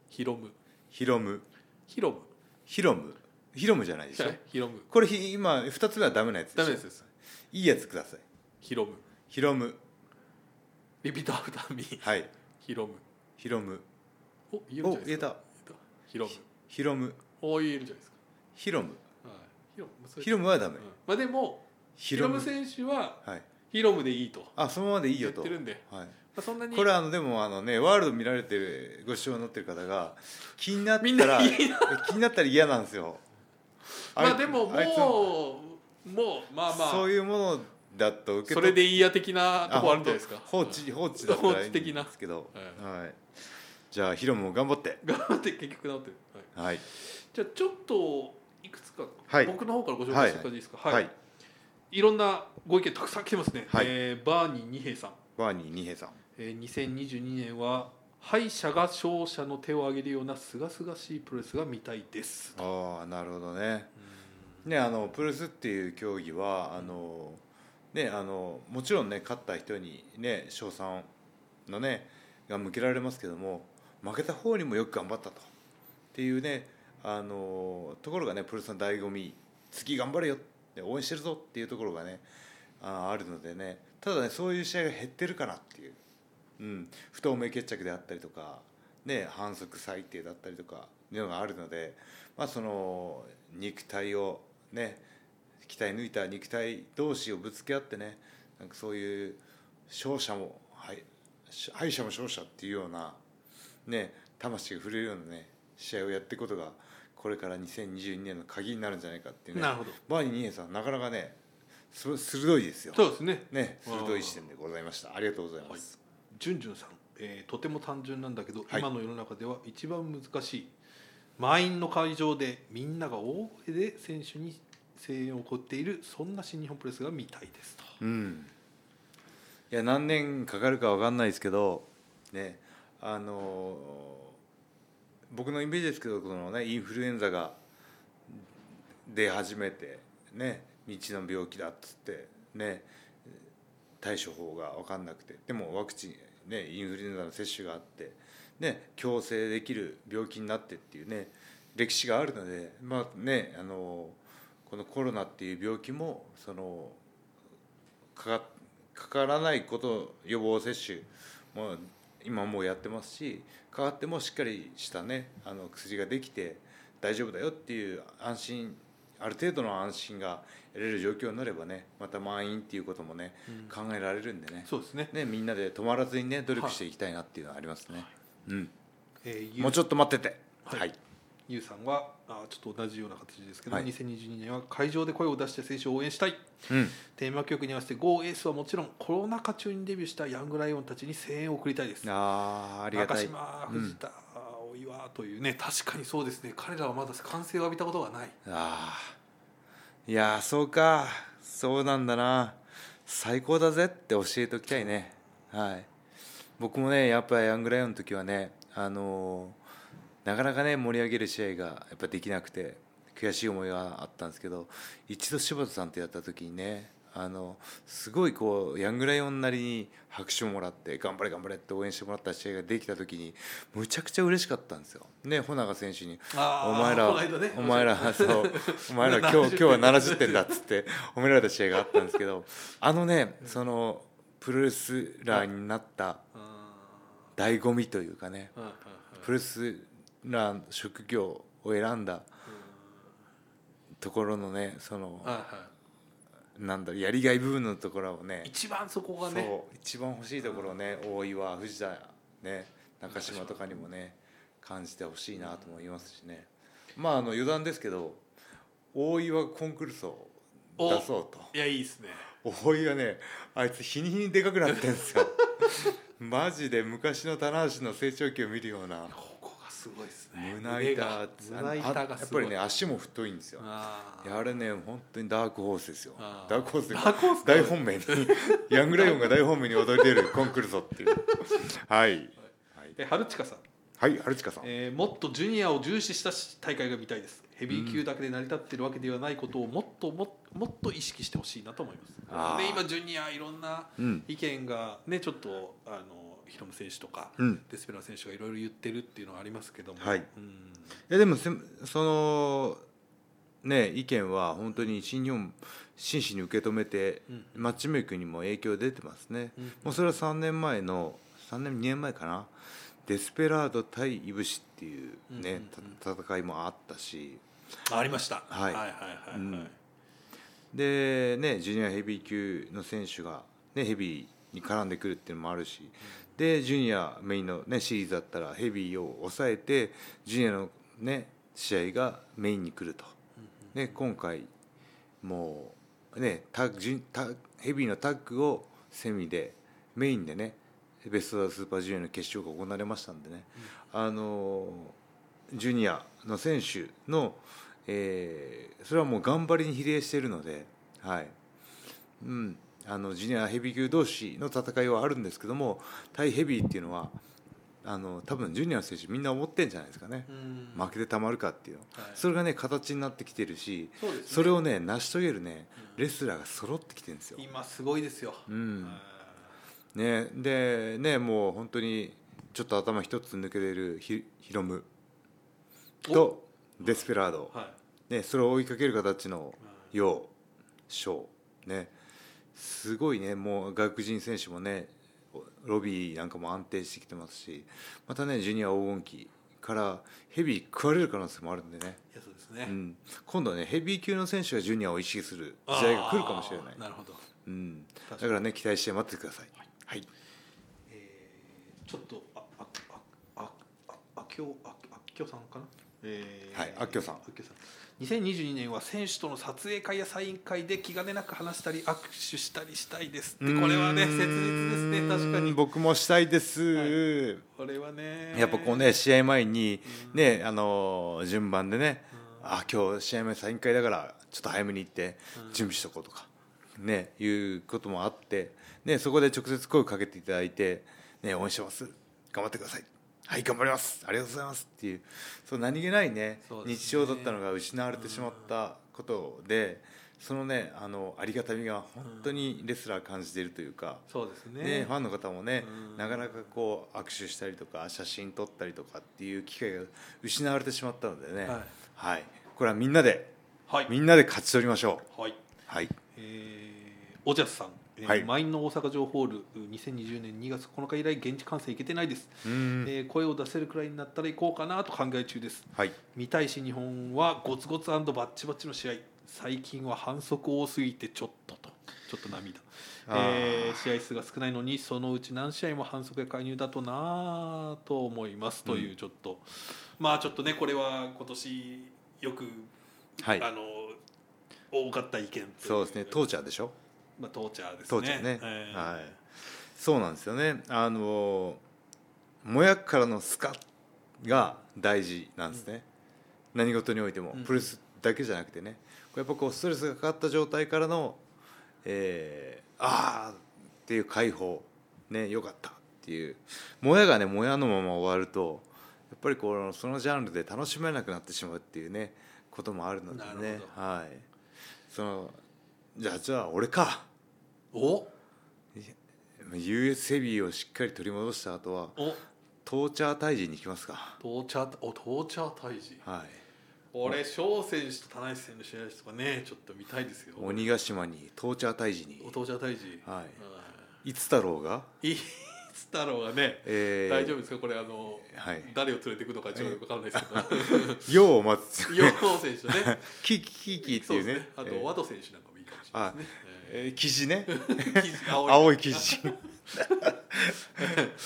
Speaker 2: ヒロム
Speaker 1: ヒロム
Speaker 2: ヒロム
Speaker 1: ヒロムヒロムじゃないでし
Speaker 2: じゃ
Speaker 1: ょ
Speaker 2: あヒロム
Speaker 1: これひ今2つ目はダメなやつ
Speaker 2: ダ
Speaker 1: で
Speaker 2: メ
Speaker 1: しょ
Speaker 2: ですです
Speaker 1: いいやつください
Speaker 2: ヒロム
Speaker 1: ヒロム
Speaker 2: リピートアフターミー
Speaker 1: はい
Speaker 2: ヒロム
Speaker 1: ヒロム
Speaker 2: お言える
Speaker 1: お
Speaker 2: んじ
Speaker 1: 言
Speaker 2: ゃないで
Speaker 1: え
Speaker 2: す
Speaker 1: た
Speaker 2: かヒロム
Speaker 1: ヒロム
Speaker 2: お言えるんじゃないです
Speaker 1: ヒロム
Speaker 2: か、はい、ヒロムそれ
Speaker 1: ヒロムはダ
Speaker 2: う
Speaker 1: メ
Speaker 2: んまあでも
Speaker 1: ヒ
Speaker 2: ヒロ
Speaker 1: ロ
Speaker 2: ム
Speaker 1: ム
Speaker 2: 選手は
Speaker 1: はい
Speaker 2: ヒロムでいいと
Speaker 1: あそのままでいい
Speaker 2: 言
Speaker 1: よ
Speaker 2: っ
Speaker 1: と
Speaker 2: てるんで、
Speaker 1: はい
Speaker 2: まあ、そんなに
Speaker 1: これあのでもあのねワールド見られてるご視聴になってる方が気になった
Speaker 2: みんな
Speaker 1: ら
Speaker 2: 気に
Speaker 1: 気になったら嫌なんですよ
Speaker 2: まあでも
Speaker 1: あいつの
Speaker 2: もうもうまあまあ
Speaker 1: そ
Speaker 2: そう
Speaker 1: いうものだと受け取
Speaker 2: れ
Speaker 1: っ
Speaker 2: でいいや的なとこあるんじゃないですか
Speaker 1: あ本当放置放置だったらいいんですけど
Speaker 2: 放、置的
Speaker 1: はい、じゃあヒロも頑張って
Speaker 2: 頑張って結局治ってる、はい
Speaker 1: はい
Speaker 2: じゃあちょっといくつか、
Speaker 1: はい
Speaker 2: 僕の方からご紹介してもらっていいですか
Speaker 1: はい、
Speaker 2: はい、い、ろんなご意見たくさん来てますね、
Speaker 1: はい
Speaker 2: えーバーニー二平さん、
Speaker 1: バーニー二平さん
Speaker 2: えー、2022年は敗者が勝者の手を挙げるような清々しいプロレスが見たいです
Speaker 1: ああなるほどねねあのプロレスっていう競技はあのねあのもちろんね勝った人にね賞賛のねが向けられますけども負けた方にもよく頑張ったとっていうねあのところがねプロレスの醍醐味次頑張れよね応援してるぞっていうところがねあーあるのでねただねそういう試合が減ってるかなっていう、うん、不透明決着であったりとか、ね、反則裁定だったりとかいうのがあるので、まあ、その肉体をね鍛え抜いた肉体同士をぶつけ合ってねなんかそういう勝者も敗敗者も勝者っていうような、ね、魂が触れるようなね試合をやっていくことがこれから2022年の鍵になるんじゃないかっていうね
Speaker 2: なるほど
Speaker 1: バーニー・ニエさんなかなかねす鋭いですよ
Speaker 2: そうですね
Speaker 1: ね
Speaker 2: うん
Speaker 1: 鋭い視点でございましたありがとうございます、
Speaker 2: じゅんじゅんさん、えーとても単純なんだけど、
Speaker 1: はい
Speaker 2: 今の世の中では一番難しい満員の会場でみんなが大声で選手に声援を送っているそんな新日本プロレスが見たいですと
Speaker 1: うんいや何年かかるかわかんないですけどねあのー僕のイメージですけどこのねインフルエンザが出始めてね未知の病気だっつってね対処法が分かんなくてでもワクチン、ね、インフルエンザの接種があって、ね、強制できる病気になってっていうね歴史があるので、まあね、あのこのコロナっていう病気もそのかかかからないこと予防接種も今もうやってますしかかってもしっかりした、ね、あの薬ができて大丈夫だよっていう安心ある程度の安心が得られる状況になればねまた満員っていうこともね
Speaker 2: うん
Speaker 1: 考えられるんでね
Speaker 2: そうですね、
Speaker 1: ねみんなで止まらずにね努力していきたいなっていうのはありますね、うん、
Speaker 2: えーゆ
Speaker 1: もうちょっと待ってて
Speaker 2: はい
Speaker 1: はい
Speaker 2: ゆうさんはあーちょっと同じような形ですけど、
Speaker 1: はい
Speaker 2: 2022年は会場で声を出して選手を応援したい
Speaker 1: うん
Speaker 2: テーマ曲に合わせて GO エースはもちろんコロナ禍中にデビューしたヤングライオンたちに声援を送りたいです
Speaker 1: あーありが
Speaker 2: 中
Speaker 1: たい
Speaker 2: 島
Speaker 1: うん
Speaker 2: 藤田、大岩というね確かにそうですね彼らはまだ歓声を浴びたことがない
Speaker 1: ああいやーそうかそうなんだな最高だぜって教えておきたいねはい僕もねやっぱヤングライオンの時はねあのーなかなかね盛り上げる試合がやっぱできなくて悔しい思いがあったんですけど一度柴田さんとやった時にねあのすごいこうヤングライオンなりに拍手をもらって頑張れ頑張れって応援してもらった試合ができた時にむちゃくちゃ嬉しかったんですよ。ね穂永選手に
Speaker 2: あ
Speaker 1: お
Speaker 2: ー
Speaker 1: 前ら、
Speaker 2: この間ね
Speaker 1: お前 ら、そう、お前ら、今日、今
Speaker 2: 70
Speaker 1: 日は70点だっつって褒められた試合があったんですけど、あのね、その、プロレスラーになった
Speaker 2: う
Speaker 1: 醍醐味というかね、
Speaker 2: んうんうん
Speaker 1: プロレスラーの職業を選んだところのね、その
Speaker 2: うん、は
Speaker 1: なんだろう、やりがい部分のところをね
Speaker 2: い、一番そこがね
Speaker 1: そう、一番欲しいところをね、大岩、藤田、ね、中島とかにもね、感じてほしいなと思いますしね。まあ、あの余談ですけど、大岩コンクルールを出そうと。
Speaker 2: いやいいですね
Speaker 1: 大岩ね、あいつ日に日にでかくなってん ですよ。マジで昔の棚橋の成長期を見るような。
Speaker 2: ここがすごいですね
Speaker 1: 胸板
Speaker 2: が胸
Speaker 1: あ
Speaker 2: 板
Speaker 1: や
Speaker 2: が
Speaker 1: っ
Speaker 2: す
Speaker 1: ぱ
Speaker 2: ごい
Speaker 1: りね足も太いんですよ
Speaker 2: あ
Speaker 1: い
Speaker 2: ー
Speaker 1: やあれね本当にダークホースですよ
Speaker 2: あ
Speaker 1: ダ
Speaker 2: ー
Speaker 1: ークホースで
Speaker 2: ダークホースか
Speaker 1: 大本 命にヤングライオンが大本命に踊り出るコンクルールっていうはいはい
Speaker 2: え春近さん
Speaker 1: はい春近さん
Speaker 2: えーもっとジュニアを重視した大会が見たいですヘビー級だけで成り立ってるわけではないことをもっとももっと意識してほしいなと思い
Speaker 1: あー
Speaker 2: ますで今ジュニアいろんな
Speaker 1: うん
Speaker 2: 意見がねちょっとあのヒロム選手とか、
Speaker 1: うん
Speaker 2: デスペラー選手がいろいろ言ってるっていうのはありますけども、
Speaker 1: はい
Speaker 2: うん
Speaker 1: いやでもせそのね意見は本当に新日本真摯に受け止めて、
Speaker 2: うん
Speaker 1: マッチメイクにも影響出てますね、
Speaker 2: うん
Speaker 1: もうそれは3年前の3年2年前かなデスペラード対イブシっていうね、
Speaker 2: うんうんうん
Speaker 1: た戦いもあったし
Speaker 2: あありました、
Speaker 1: はい
Speaker 2: はいはいはいは
Speaker 1: う
Speaker 2: い、
Speaker 1: んでねジュニアヘビー級の選手が、ね、ヘビーに絡んでくるっていうのもあるしでジュニアメインの、ね、シリーズだったらヘビーを抑えてジュニアの、ね、試合がメインに来ると。ね、今回もう、ね、タッグジュタッヘビーのタッグをセミでメインでねベスト・オブスーパージュニアの決勝が行われましたんでね、あのジュニアの選手の、えーそれはもう頑張りに比例しているので、はいうん、あのジュニアヘビー級同士の戦いはあるんですけども対ヘビーっていうのはあの多分ジュニアの選手みんな思ってんじゃないですかね、
Speaker 2: うん
Speaker 1: 負けてたまるかっていうの、
Speaker 2: はい
Speaker 1: それがね形になってきてるし
Speaker 2: そうですね
Speaker 1: それをね成し遂げるねレスラーが揃ってきてるんですよ。
Speaker 2: 今すごいですよ、
Speaker 1: うん
Speaker 2: あ
Speaker 1: ね、でねもう本当にちょっと頭一つ抜けてるヒヒロムとデスペラード
Speaker 2: ー、はい
Speaker 1: ね、それを追いかける形の楊翔、ね、すごいねもう外国人選手もねロビーなんかも安定してきてますしまたねジュニア黄金期からヘビー食われる可能性もあるんでね。
Speaker 2: いやそうですね、
Speaker 1: うん、今度はねヘビー級の選手がジュニアを意識する時代が来るかもしれない
Speaker 2: あーなるほど
Speaker 1: うん、だか
Speaker 2: 確
Speaker 1: らね期待して待っててくださいはい、
Speaker 2: えーちょっとああああああきょああきょさんかな。え
Speaker 1: はいあきょさん
Speaker 2: あきょさん。2022年は選手との撮影会やサイン会で気兼ねなく話したり握手したりしたいですって。これはね
Speaker 1: うーん
Speaker 2: 切実ですね確かに。
Speaker 1: 僕もしたいです、
Speaker 2: これはね。
Speaker 1: やっぱこうね試合前にねあのー順番でね
Speaker 2: うん
Speaker 1: あ今日試合前サイン会だからちょっと早めに行って
Speaker 2: うん
Speaker 1: 準備しとこうとかねいうこともあってねそこで直接声をかけていただいてね応援してます頑張ってくださいはい頑張りますありがとうございますっていうそう何気ないね
Speaker 2: そうですね
Speaker 1: 日常だったのが失われてしまったことでそのねあのありがたみが本当にレスラー感じているというか、
Speaker 2: そうですね
Speaker 1: ね、ファンの方もね、
Speaker 2: うん
Speaker 1: なかなかこう握手したりとか写真撮ったりとかっていう機会が失われてしまったのでね、
Speaker 2: はい
Speaker 1: はいこれはみんなで
Speaker 2: はい
Speaker 1: みんなで勝ち取りましょう。
Speaker 2: はい
Speaker 1: はい、
Speaker 2: えー、おじゃすさん、えー
Speaker 1: はい
Speaker 2: 満員の大阪城ホール2020年2月9日以来現地観戦行けてないです、
Speaker 1: うん
Speaker 2: えー声を出せるくらいになったら行こうかなと考え中です
Speaker 1: はい、
Speaker 2: 見たいし日本はゴツゴツバッチバチの試合最近は反則多すぎてちょっととちょっと涙、
Speaker 1: あー
Speaker 2: えー試合数が少ないのにそのうち何試合も反則や介入だとなぁと思いますというちょっと、まあちょっとねこれは今年よく、
Speaker 1: はい
Speaker 2: あの多かった意見とい
Speaker 1: そうですね、トーチャーでしょ、
Speaker 2: まあ、トーチャーですね
Speaker 1: トーチャーね、
Speaker 2: えー
Speaker 1: はい、そうなんですよね、あのもやからのスカッが大事なんですね、何事においても
Speaker 2: うん、
Speaker 1: プレスだけじゃなくてね、こうやっぱこうストレスがかかった状態からの、えーあーっていう解放、ね、よかったっていう、もやがね、もやのまま終わると、やっぱりこのそのジャンルで楽しめなくなってしまうっていうね、こともあるので
Speaker 2: なる
Speaker 1: ね
Speaker 2: ほ、
Speaker 1: はい、そのじゃあ、じゃあ、俺か。
Speaker 2: お
Speaker 1: US ヘビーをしっかり取り戻した後は
Speaker 2: お
Speaker 1: トーチャー退治に行きますか
Speaker 2: トーチャーおトーチャー退治
Speaker 1: はい
Speaker 2: 俺翔選手と田中選手の試合とかねちょっと見たいですよ
Speaker 1: 鬼ヶ島にトーチャー退治に
Speaker 2: お父ちゃん大事
Speaker 1: はい
Speaker 2: い
Speaker 1: いつ太郎が、
Speaker 2: いつ太郎がね、
Speaker 1: えー、
Speaker 2: 大丈夫ですかこれあの、
Speaker 1: はい
Speaker 2: 誰を連れていくのかちょっとよくわかんないです
Speaker 1: 用を待つ
Speaker 2: けどヨウ選手とね
Speaker 1: キーキーキーって
Speaker 2: そう
Speaker 1: い
Speaker 2: で
Speaker 1: う
Speaker 2: す
Speaker 1: ね
Speaker 2: ねあと、
Speaker 1: えー
Speaker 2: ワト選手なんかもいいかもしれないですねえ
Speaker 1: えー、生地ね
Speaker 2: ー記事青い
Speaker 1: 青い生地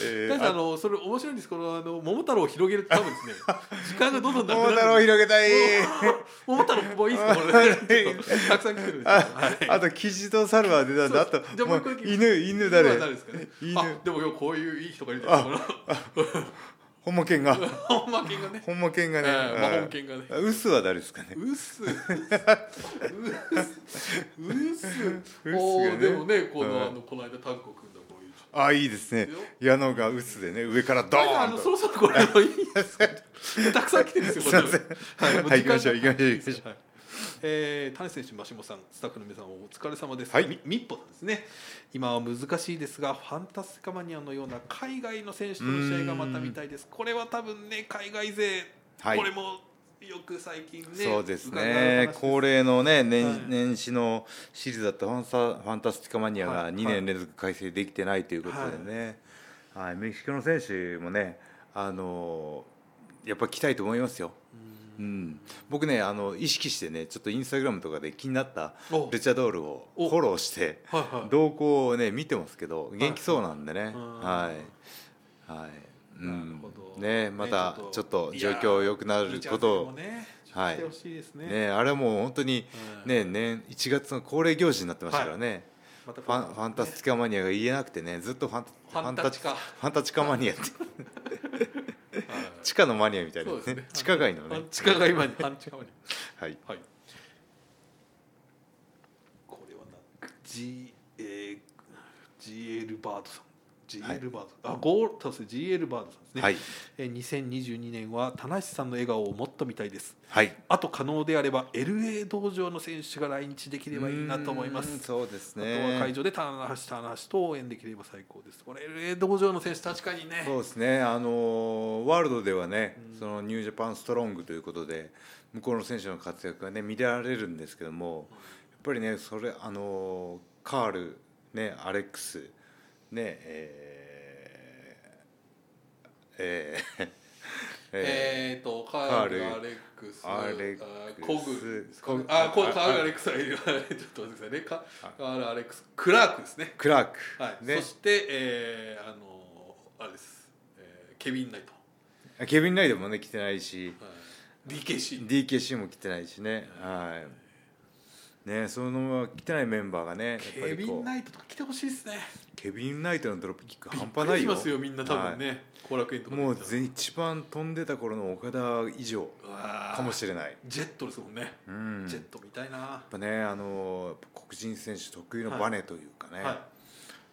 Speaker 1: え
Speaker 2: ただあ
Speaker 1: ー
Speaker 2: のそれ面白いんですこのあの桃太郎を広げると多分ですね時間がどんどんなく
Speaker 1: 桃
Speaker 2: なる
Speaker 1: 太郎広げたい
Speaker 2: 桃太郎もういいですかこれ、ね、ちょっとたくさん来てるんですよはい
Speaker 1: あとキジと猿は出たんだあと
Speaker 2: じゃあもう一個
Speaker 1: もう犬犬誰
Speaker 2: は誰ですかね
Speaker 1: 犬
Speaker 2: あでも今日こういういい人がいるんですよこの
Speaker 1: 本間犬 が
Speaker 2: 本間犬がね
Speaker 1: 本間犬がね、
Speaker 2: えー魔法犬がね
Speaker 1: あウスは誰ですかね
Speaker 2: うっすうっすうっす
Speaker 1: がね
Speaker 2: おーでもねこ
Speaker 1: うん
Speaker 2: のあのこの間タンコ君のこういう
Speaker 1: あいいですね矢野が打つでね上からド
Speaker 2: あ
Speaker 1: ーン
Speaker 2: のそ
Speaker 1: と
Speaker 2: ろそろこれもいいで すかたくさん来てるんですよこれ
Speaker 1: すい
Speaker 2: はいも
Speaker 1: はい行き
Speaker 2: 時間
Speaker 1: ましょう行きましょう
Speaker 2: いい
Speaker 1: 行き
Speaker 2: で
Speaker 1: ますしょ
Speaker 2: よはいえー、谷選手、マシモさん、スタッフの皆さん、お疲れ様です。
Speaker 1: はい
Speaker 2: みみっぽさんですね。今は難しいですが、ファンタスティカマニアのような海外の選手との試合がまた見たいです。これは多分ね、海外勢、
Speaker 1: はい
Speaker 2: これもよく最近ね、
Speaker 1: うそうです
Speaker 2: 伺う話
Speaker 1: ね
Speaker 2: です
Speaker 1: 恒例のね年,、
Speaker 2: はい
Speaker 1: 年始のシリーズだったファンサファンタスティカマニア
Speaker 2: は
Speaker 1: が
Speaker 2: い
Speaker 1: 2年連続開催できてないということでね、はいメキシコの選手もねあのーやっぱ来たいと思いますよ、うん、僕ねあの意識してねちょっとインスタグラムとかで気になった
Speaker 2: お
Speaker 1: ルチャドールをフ
Speaker 2: お
Speaker 1: ォローして
Speaker 2: はいはい
Speaker 1: 動向をね見てますけど元気そうなんでね
Speaker 2: うん
Speaker 1: はいはい、う
Speaker 2: なんるほど
Speaker 1: ねまたちょっと状況良くなることを
Speaker 2: いや
Speaker 1: は
Speaker 2: ー
Speaker 1: い
Speaker 2: ルチャーズもね、してほしいですね。
Speaker 1: ねあれはもう本当に
Speaker 2: うん
Speaker 1: ね年1月の恒例行事になってましたからね、
Speaker 2: また
Speaker 1: ファンファンタスティカマニアが言えなくてねずっとファン
Speaker 2: ファンタチカ
Speaker 1: ファンタチカマニアって
Speaker 2: はい
Speaker 1: 地下のマニアみたいな
Speaker 2: そうですね
Speaker 1: 地下街の
Speaker 2: パ
Speaker 1: ね
Speaker 2: ンチカが今にパンチカが今に
Speaker 1: はい
Speaker 2: はいこれはな G えー GL バードさん
Speaker 1: はい
Speaker 2: GL バードさん、あゴールそうですね GL バードさんですね、
Speaker 1: はい
Speaker 2: えー、2022年は田無さんの笑顔をもっと見たいです
Speaker 1: はい
Speaker 2: あと可能であれば LA 道場の選手が来日できればいいなと思いま
Speaker 1: うん
Speaker 2: す
Speaker 1: そうです
Speaker 2: あとは会
Speaker 1: ね
Speaker 2: 場で棚橋棚橋と応援できれば最高ですこれ LA 道場の選手確かにね
Speaker 1: そうですねあのーワールドではね、そのニュージャパンストロングということで向こうの選手の活躍がね見られるんですけどもやっぱりねそれあのーカールねアレックスねえーえー え
Speaker 2: えー、とカ
Speaker 1: カー
Speaker 2: ール
Speaker 1: ル
Speaker 2: アレックス
Speaker 1: アレックス
Speaker 2: あコグですか
Speaker 1: コグ
Speaker 2: あコ
Speaker 1: あ
Speaker 2: カールアレックスはいるちょっと待ってくださいねカカールアレックスクラークですね
Speaker 1: ー、クラーク、
Speaker 2: はい、
Speaker 1: ね
Speaker 2: そして、えー、あのーあれです、えーケビン・ナイト、
Speaker 1: ケビン・ナイドもね来てないし
Speaker 2: はい DKC
Speaker 1: DKC も来てないしねはいねその来てないメンバーがねやっぱ
Speaker 2: ケ
Speaker 1: り
Speaker 2: ビ
Speaker 1: こ
Speaker 2: ン・
Speaker 1: う
Speaker 2: ナイトとか来てほしいですね
Speaker 1: ケビン・ナイトのドロップキック半
Speaker 2: びっ
Speaker 1: 端
Speaker 2: く
Speaker 1: な
Speaker 2: り
Speaker 1: い
Speaker 2: し
Speaker 1: よ
Speaker 2: ますよみんな多分
Speaker 1: は
Speaker 2: ね後、楽園とかで
Speaker 1: もう
Speaker 2: 見たら
Speaker 1: 全一番飛んでた頃の岡田以上
Speaker 2: うわー
Speaker 1: かもしれない、
Speaker 2: ジェットですもんね、
Speaker 1: うん、
Speaker 2: ジ
Speaker 1: や
Speaker 2: ェッ
Speaker 1: っ
Speaker 2: トみたいな、
Speaker 1: ぱねあのやっぱ黒人選手特有のバネというかね、
Speaker 2: はい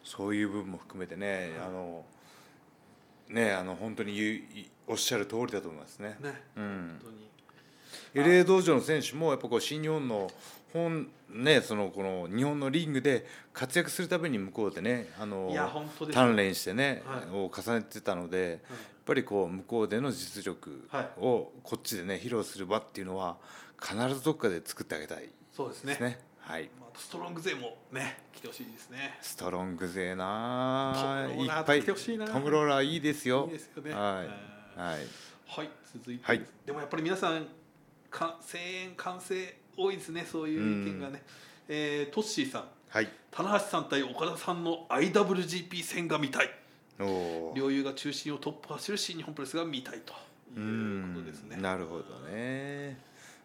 Speaker 1: そういう部分も含めてね、
Speaker 2: はい
Speaker 1: あのねあの本当に言ういおっしゃる通りだと思いますね。
Speaker 2: ね
Speaker 1: うん
Speaker 2: 本当に
Speaker 1: LA 道場の選手もやっぱこう新日本の本ねそのこの日本のリングで活躍するために向こうでねあの
Speaker 2: いや本当ですよ
Speaker 1: 鍛錬してね、
Speaker 2: はい
Speaker 1: を重ねてたので、やっぱりこう向こうでの実力
Speaker 2: はい
Speaker 1: をこっちでね披露する場っていうのは必ずどっかで作ってあげたい
Speaker 2: そうです
Speaker 1: で
Speaker 2: ね
Speaker 1: すね。はい。
Speaker 2: まああとストロング勢もね来てほしいですね
Speaker 1: ストロング勢なあ
Speaker 2: トムロ
Speaker 1: い
Speaker 2: ーラー
Speaker 1: っぱい
Speaker 2: 来てほしいな
Speaker 1: トムローラーいいですよ
Speaker 2: いいですよね
Speaker 1: はい、
Speaker 2: うん
Speaker 1: はい、
Speaker 2: はい続いて、
Speaker 1: はい
Speaker 2: でもやっぱり皆さんか声援歓声多いですねそういう意見がね、えートッシーさん
Speaker 1: はい
Speaker 2: 棚橋さん対岡田さんの IWGP 戦が見たい
Speaker 1: おお
Speaker 2: 両雄が中心をトップ走る新日本プロレスが見たいということですね
Speaker 1: なるほどね。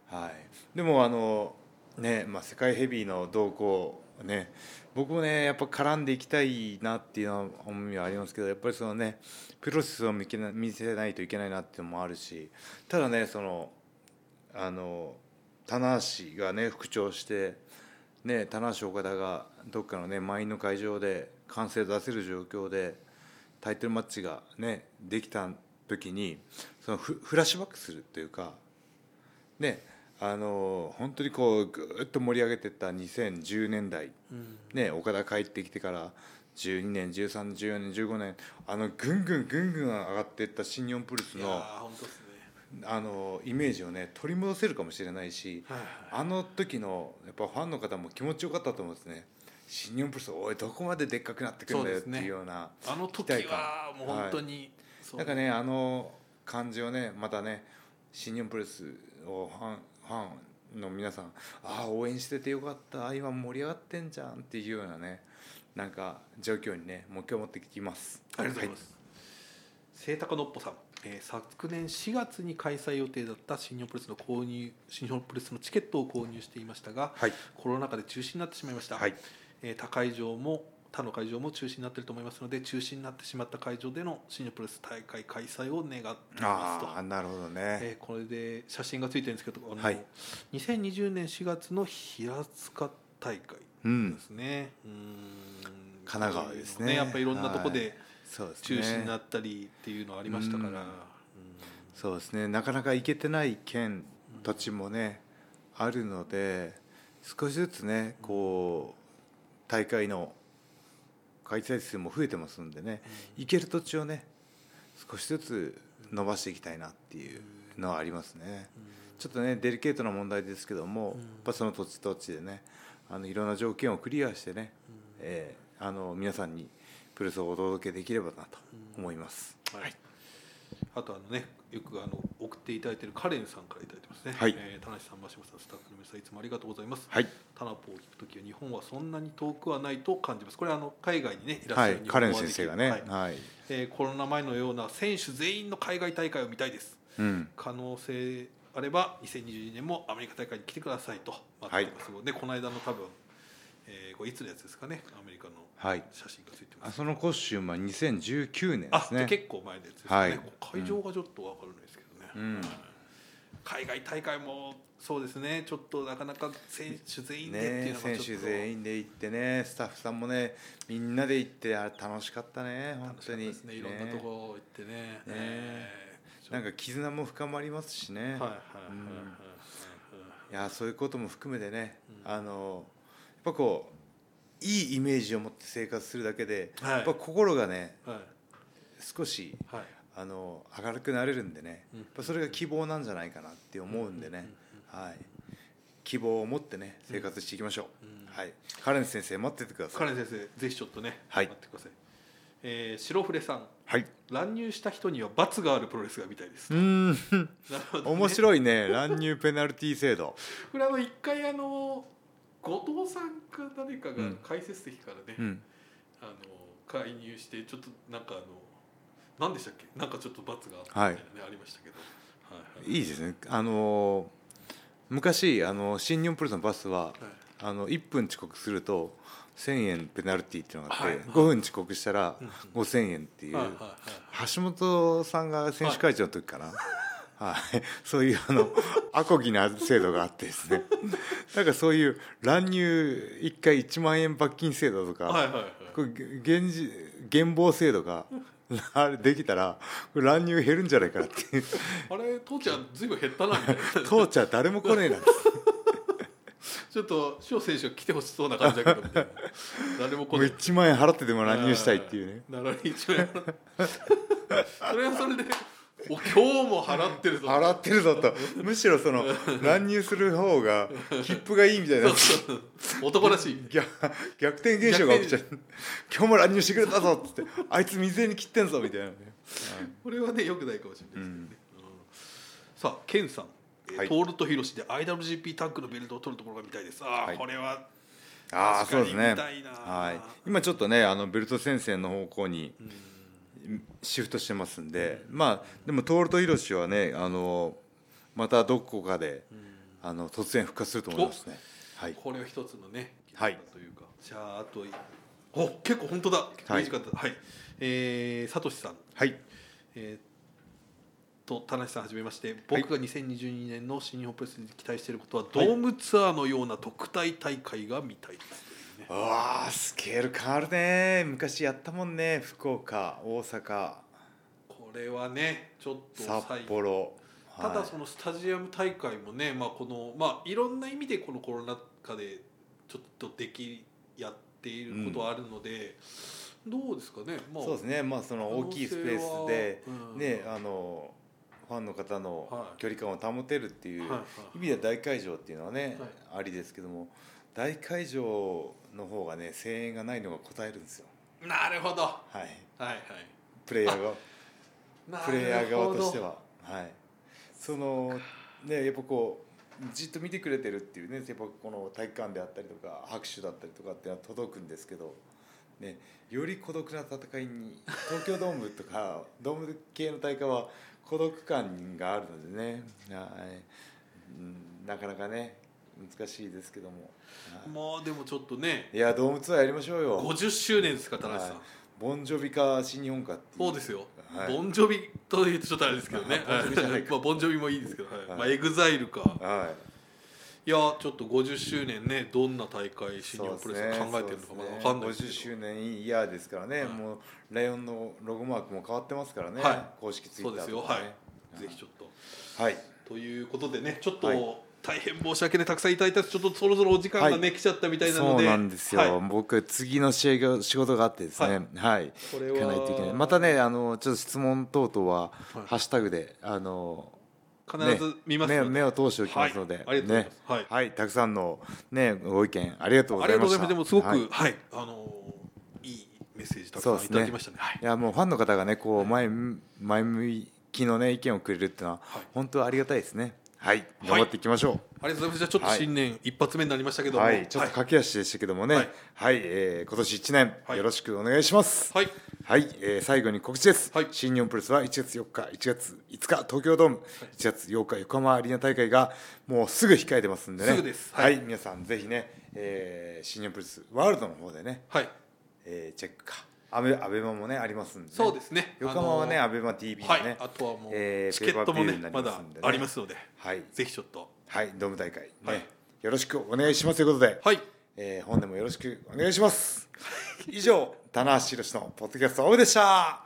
Speaker 1: はい。でもあのね、まあ世界ヘビーの動向ね、僕もねやっぱ絡んでいきたいなっていうのは思いはありますけど、やっぱりそのねプロセスを見けな見せないといけないなっていうのもあるし、ただねそのあの棚橋がね復調して。ね、棚橋岡田がどっかのね満員の会場で歓声出せる状況でタイトルマッチがねできた時にそのフフラッシュバックするというかねあの本当にこうぐーっと盛り上げてった2010年代、
Speaker 2: うん
Speaker 1: ね、岡田帰ってきてから12年13年14年15年あのぐんぐんぐんぐん上がっていった新日本プロレス
Speaker 2: いや
Speaker 1: の
Speaker 2: ー本当ですね
Speaker 1: あのイメージをね取り戻せるかもしれないし、
Speaker 2: はいはい
Speaker 1: あの時のやっぱファンの方も気持ちよかったと思うんですね。新日本プロレスおいどこまででっかくなってくるんだよっていうような。
Speaker 2: あの時
Speaker 1: 期待
Speaker 2: は
Speaker 1: 感
Speaker 2: もう本当に、そう
Speaker 1: なんかねあの感じをねまたね新日本プロレスをファンファンの皆さんああ応援しててよかった今盛り上がってんじゃんっていうようなねなんか状況にねもう今日持ってきます
Speaker 2: ありがとうございます。清高のっぽさん、えー昨年4月に開催予定だった新日本プロレスの購入新日本プロレスのチケットを購入していましたが、
Speaker 1: はい
Speaker 2: コロナ禍で中止になってしまいました、
Speaker 1: はい
Speaker 2: えー他会場も他の会場も中止になっていると思いますので中止になってしまった会場での新日本プロレス大会開催を願っていますと
Speaker 1: ああ。なるほどね、
Speaker 2: えーこれで写真がついてるんですけど、あの
Speaker 1: はい
Speaker 2: 2020年4月の平塚大会
Speaker 1: うん
Speaker 2: ですね。うーん
Speaker 1: 神奈川ですね
Speaker 2: やっぱりいろんなとこで、
Speaker 1: はいそうですね
Speaker 2: 中止になったりっていうのはありましたから、
Speaker 1: うん
Speaker 2: うん
Speaker 1: そうですねなかなか行けてない県たちもね、あるので少しずつねこう大会の開催数も増えてますんでね、行ける土地をね少しずつ伸ばしていきたいなっていうのはありますね、ちょっとねデリケートな問題ですけども、
Speaker 2: うん
Speaker 1: やっぱその土地土地でねあのいろんな条件をクリアしてね、えーあの皆さんにプレスをお届けできればなと思います、
Speaker 2: はい、あとあのねよくあの送っていただいているカレンさんからいただいてますね、
Speaker 1: はい
Speaker 2: えー田無さん真島さんスタッフの皆さんいつもありがとうございます、
Speaker 1: はい
Speaker 2: タナポを聞くときは日本はそんなに遠くはないと感じますこれはあの海外にねいらっしゃ
Speaker 1: は
Speaker 2: る
Speaker 1: い、
Speaker 2: 日
Speaker 1: カ
Speaker 2: 本
Speaker 1: レ
Speaker 2: 語
Speaker 1: ン
Speaker 2: はで
Speaker 1: 先
Speaker 2: き
Speaker 1: 生
Speaker 2: る
Speaker 1: がね、
Speaker 2: は
Speaker 1: はいい、
Speaker 2: えーコロナ前のような選手全員の海外大会を見たいです
Speaker 1: うん、
Speaker 2: 可能性あれば2022年もアメリカ大会に来てくださいと待ってますので、この間の多分、えー、これいつのやつですかねアメリカの
Speaker 1: はい。
Speaker 2: 写真がついてます
Speaker 1: あ、そのコスチュームは2019年で
Speaker 2: あ、
Speaker 1: す
Speaker 2: じゃあ
Speaker 1: ね。
Speaker 2: 結構前のやつですね、
Speaker 1: はい
Speaker 2: 会場がちょっと分からないですけどね、
Speaker 1: うん
Speaker 2: 海外大会もそうですねちょっとなかなか選手全員でっていう
Speaker 1: ね
Speaker 2: の、が
Speaker 1: 選
Speaker 2: ちょ
Speaker 1: 手
Speaker 2: っと、
Speaker 1: 全員で行ってね、スタッフさんもね、みんなで行って、あれ楽しかったね、本
Speaker 2: 楽し
Speaker 1: 当
Speaker 2: かった
Speaker 1: に。
Speaker 2: ですねいろんなとこ行ってねええ
Speaker 1: なんか絆も深まりますしね。
Speaker 2: はいはいはいは
Speaker 1: うん
Speaker 2: いはい
Speaker 1: いやそういうことも含めてね、
Speaker 2: うん
Speaker 1: あのやっぱこういいイメージを持って生活するだけで、
Speaker 2: はい
Speaker 1: やっぱ心がね
Speaker 2: はい
Speaker 1: 少し
Speaker 2: はい
Speaker 1: あの明るくなれるんでね、
Speaker 2: うん
Speaker 1: やっぱそれが希望なんじゃないかなって思うんでね、はい、希望を持ってね生活していきましょう、
Speaker 2: うん
Speaker 1: はい、カレン先生待っててくださ
Speaker 2: カ
Speaker 1: い
Speaker 2: レン先生ぜひちょっとね、
Speaker 1: はい
Speaker 2: 待ってください、えー、白船さん
Speaker 1: はい
Speaker 2: 乱入した人には罰があるプロレスが見たいです、
Speaker 1: うーん
Speaker 2: なるほどね
Speaker 1: 面白いね乱入ペナルティ制度
Speaker 2: これあの一回あの後藤さんか誰か
Speaker 1: う
Speaker 2: が
Speaker 1: ん
Speaker 2: 解説席からね、
Speaker 1: うん
Speaker 2: あの介入してちょっとなんかあの何でしたっけなんかちょっと罰があったみたいなね、ありましたけど、はいはい
Speaker 1: いいですねあのー昔あの新日本プロレスのバスは
Speaker 2: はい
Speaker 1: あの1分遅刻すると1000円ペナルティっていうのがあって、
Speaker 2: はい
Speaker 1: 5分遅刻したら
Speaker 2: うん
Speaker 1: 5000円っていう、
Speaker 2: はいはいはい
Speaker 1: 橋本さんが選手会長の時かな、はいそういうあ のアコギな制度があってですねなんかそういう乱入1回1万円罰金制度とか、
Speaker 2: はいはいはい
Speaker 1: こう現現実現暴制度が あれできたら乱入減るんじゃないかなっていう
Speaker 2: あれ父ちゃんずいぶん減ったなみたいな
Speaker 1: 父ちゃん誰も来ねえ なんて
Speaker 2: ちょっと塩選手が来てほしそうな感じだけどみたいな誰
Speaker 1: も
Speaker 2: も来
Speaker 1: う
Speaker 2: ない
Speaker 1: 1万円払ってでも乱入したいっていう ね
Speaker 2: なら一応やらそれはそれでお今日も払ってるぞ
Speaker 1: 払ってるぞ とむしろその乱入する方が切符がいいみたい な
Speaker 2: そうそう男らしい
Speaker 1: 逆逆転現象が起きちゃう 今日も乱入してくれたぞっつってあいつ未然に切ってんぞみたいなね
Speaker 2: これはねよくないかもしれないですけどね、うんさあケンさん、えー
Speaker 1: はい
Speaker 2: トールとヒロシで IWGP タッグのベルトを取るところが見たいですああ、
Speaker 1: はい
Speaker 2: これは
Speaker 1: ああ
Speaker 2: 確か
Speaker 1: そう
Speaker 2: に
Speaker 1: ですね
Speaker 2: 見たいな
Speaker 1: はい今ちょっとねあのベルト先生の方向に
Speaker 2: うん
Speaker 1: シフトしてますんでまあでも徹とヒロシはねあのまたどこかであの突然復活すると思いますねはい
Speaker 2: これは一つのね
Speaker 1: はい
Speaker 2: というかじゃああとお結構本当だ結構
Speaker 1: はい
Speaker 2: 短かったはい、えーさとしさん
Speaker 1: はい
Speaker 2: えーと田無さんはじめまして僕が2022年の新日本プロレスに期待していることは、ドームツアーのような特待大会が見たいですというね
Speaker 1: あースケール変わるね昔やったもんね福岡大阪
Speaker 2: これはねちょっと
Speaker 1: 札
Speaker 2: 最後
Speaker 1: 幌
Speaker 2: ただ
Speaker 1: はい
Speaker 2: そのスタジアム大会もね、まあ、このまあいろんな意味でこのコロナ禍でちょっとできやっていることはあるので、どうですかね、まあ、
Speaker 1: そうですねまあその大きいスペースで
Speaker 2: 可能性はうん
Speaker 1: ねあのファンの方の
Speaker 2: はい
Speaker 1: 距離感を保てるっていう
Speaker 2: はいはい
Speaker 1: 意味では大会場っていうのはねありですけども大会場の方がね声援がないのが答えるんですよ
Speaker 2: なるほどは
Speaker 1: はい
Speaker 2: いはい
Speaker 1: プレイヤーが
Speaker 2: なるほど
Speaker 1: プレイヤー側としてははいそのねやっぱこうじっと見てくれてるっていうねやっぱこの体育館であったりとか拍手だったりとかっていうのは届くんですけどねより孤独な戦いに東京ドームとか ドーム系の大会は孤独感があるのでねはいうんなかなかね難しいですけどもは
Speaker 2: まあでもちょっとね
Speaker 1: いいやドームツアーやりましょうよ
Speaker 2: 50周年ですか田中さん、
Speaker 1: はいボンジョビか新日本かっていう
Speaker 2: そうですよ、
Speaker 1: はい
Speaker 2: ボンジョビというとちょっとあれですけどね、
Speaker 1: まあボンジョビじゃないか
Speaker 2: まあボンジョビもいいですけど、はい
Speaker 1: はい
Speaker 2: まあ、エグザイルか
Speaker 1: はい
Speaker 2: いやちょっと50周年ねどんな大会新日本プロレスが考えてるのかまだわかんない
Speaker 1: で
Speaker 2: ですす
Speaker 1: ね50周
Speaker 2: け
Speaker 1: 年イヤーですからね、
Speaker 2: はい
Speaker 1: もうライオンのロゴマークも変わってますからね、
Speaker 2: は
Speaker 1: 公式ツイ
Speaker 2: どそう
Speaker 1: ッタ
Speaker 2: で
Speaker 1: ー
Speaker 2: すよ
Speaker 1: と
Speaker 2: は
Speaker 1: か
Speaker 2: い、
Speaker 1: ね
Speaker 2: ぜひちょっと
Speaker 1: はい、
Speaker 2: ということでねちょっと、
Speaker 1: はい
Speaker 2: 大変申し訳ねたくさんいただいたんですちょっとそろそろお時間がね、
Speaker 1: はい
Speaker 2: 来ちゃったみたいなの
Speaker 1: そ
Speaker 2: で
Speaker 1: うなんですよ、
Speaker 2: はい
Speaker 1: 僕次の試合が仕事があってですねはい、
Speaker 2: これ
Speaker 1: 行
Speaker 2: は
Speaker 1: かないといけないまたねあのちょっと質問等々は、
Speaker 2: はい
Speaker 1: ハッシュタグであの
Speaker 2: 必ず見ます
Speaker 1: ね
Speaker 2: の
Speaker 1: 目
Speaker 2: で、
Speaker 1: を目を通しておきますので、
Speaker 2: はいありがとうございます
Speaker 1: ね
Speaker 2: はい
Speaker 1: たくさんのねご意見ありがとうご
Speaker 2: あ
Speaker 1: ざ
Speaker 2: り
Speaker 1: い
Speaker 2: がと
Speaker 1: ま
Speaker 2: うござ
Speaker 1: し
Speaker 2: いま
Speaker 1: た
Speaker 2: すでもすごく
Speaker 1: は
Speaker 2: はいい、あのいいメッセージたくさんいただきましたねはい
Speaker 1: いやもうファンの方がねこう前前向きのね意見をくれるっていうのは
Speaker 2: はい
Speaker 1: 本当ありがたいですねはい
Speaker 2: はい
Speaker 1: 頑張っていきましょ
Speaker 2: ありがとうございますじゃあちょっと新年一発目になりましたけ
Speaker 1: う
Speaker 2: ども
Speaker 1: はい、ちょっと駆け足でしたけどもね
Speaker 2: は
Speaker 1: はいい、えー今年1年
Speaker 2: はい
Speaker 1: よろしくお願いします
Speaker 2: はい
Speaker 1: はい、えー最後に告知です、
Speaker 2: はい
Speaker 1: 新日本プロレスは1月4日1月5日東京ドーム1月8日横浜アリーナ大会がもうすぐ控えてますんでね
Speaker 2: すぐですは
Speaker 1: はいい、皆さんぜひね、えー新日本プロレスワールドの方でね、
Speaker 2: はい
Speaker 1: えーチェックかアベアベマもねありますんで、ね、
Speaker 2: そうですね
Speaker 1: 横浜はね、
Speaker 2: あ
Speaker 1: アベマ t v
Speaker 2: の
Speaker 1: のね、
Speaker 2: はいあとはもう
Speaker 1: えー
Speaker 2: チケットも
Speaker 1: ペーパービュー
Speaker 2: ね
Speaker 1: になり
Speaker 2: ま
Speaker 1: ま
Speaker 2: だ
Speaker 1: すんでね
Speaker 2: ありますので
Speaker 1: はい、
Speaker 2: ぜひちょっと
Speaker 1: はい、ドーム大会、ね
Speaker 2: はい
Speaker 1: よろしくお願いしますということで、
Speaker 2: はい
Speaker 1: えー本年もよろしくお願いします。以上、棚橋宏のポッドキャストオフでした。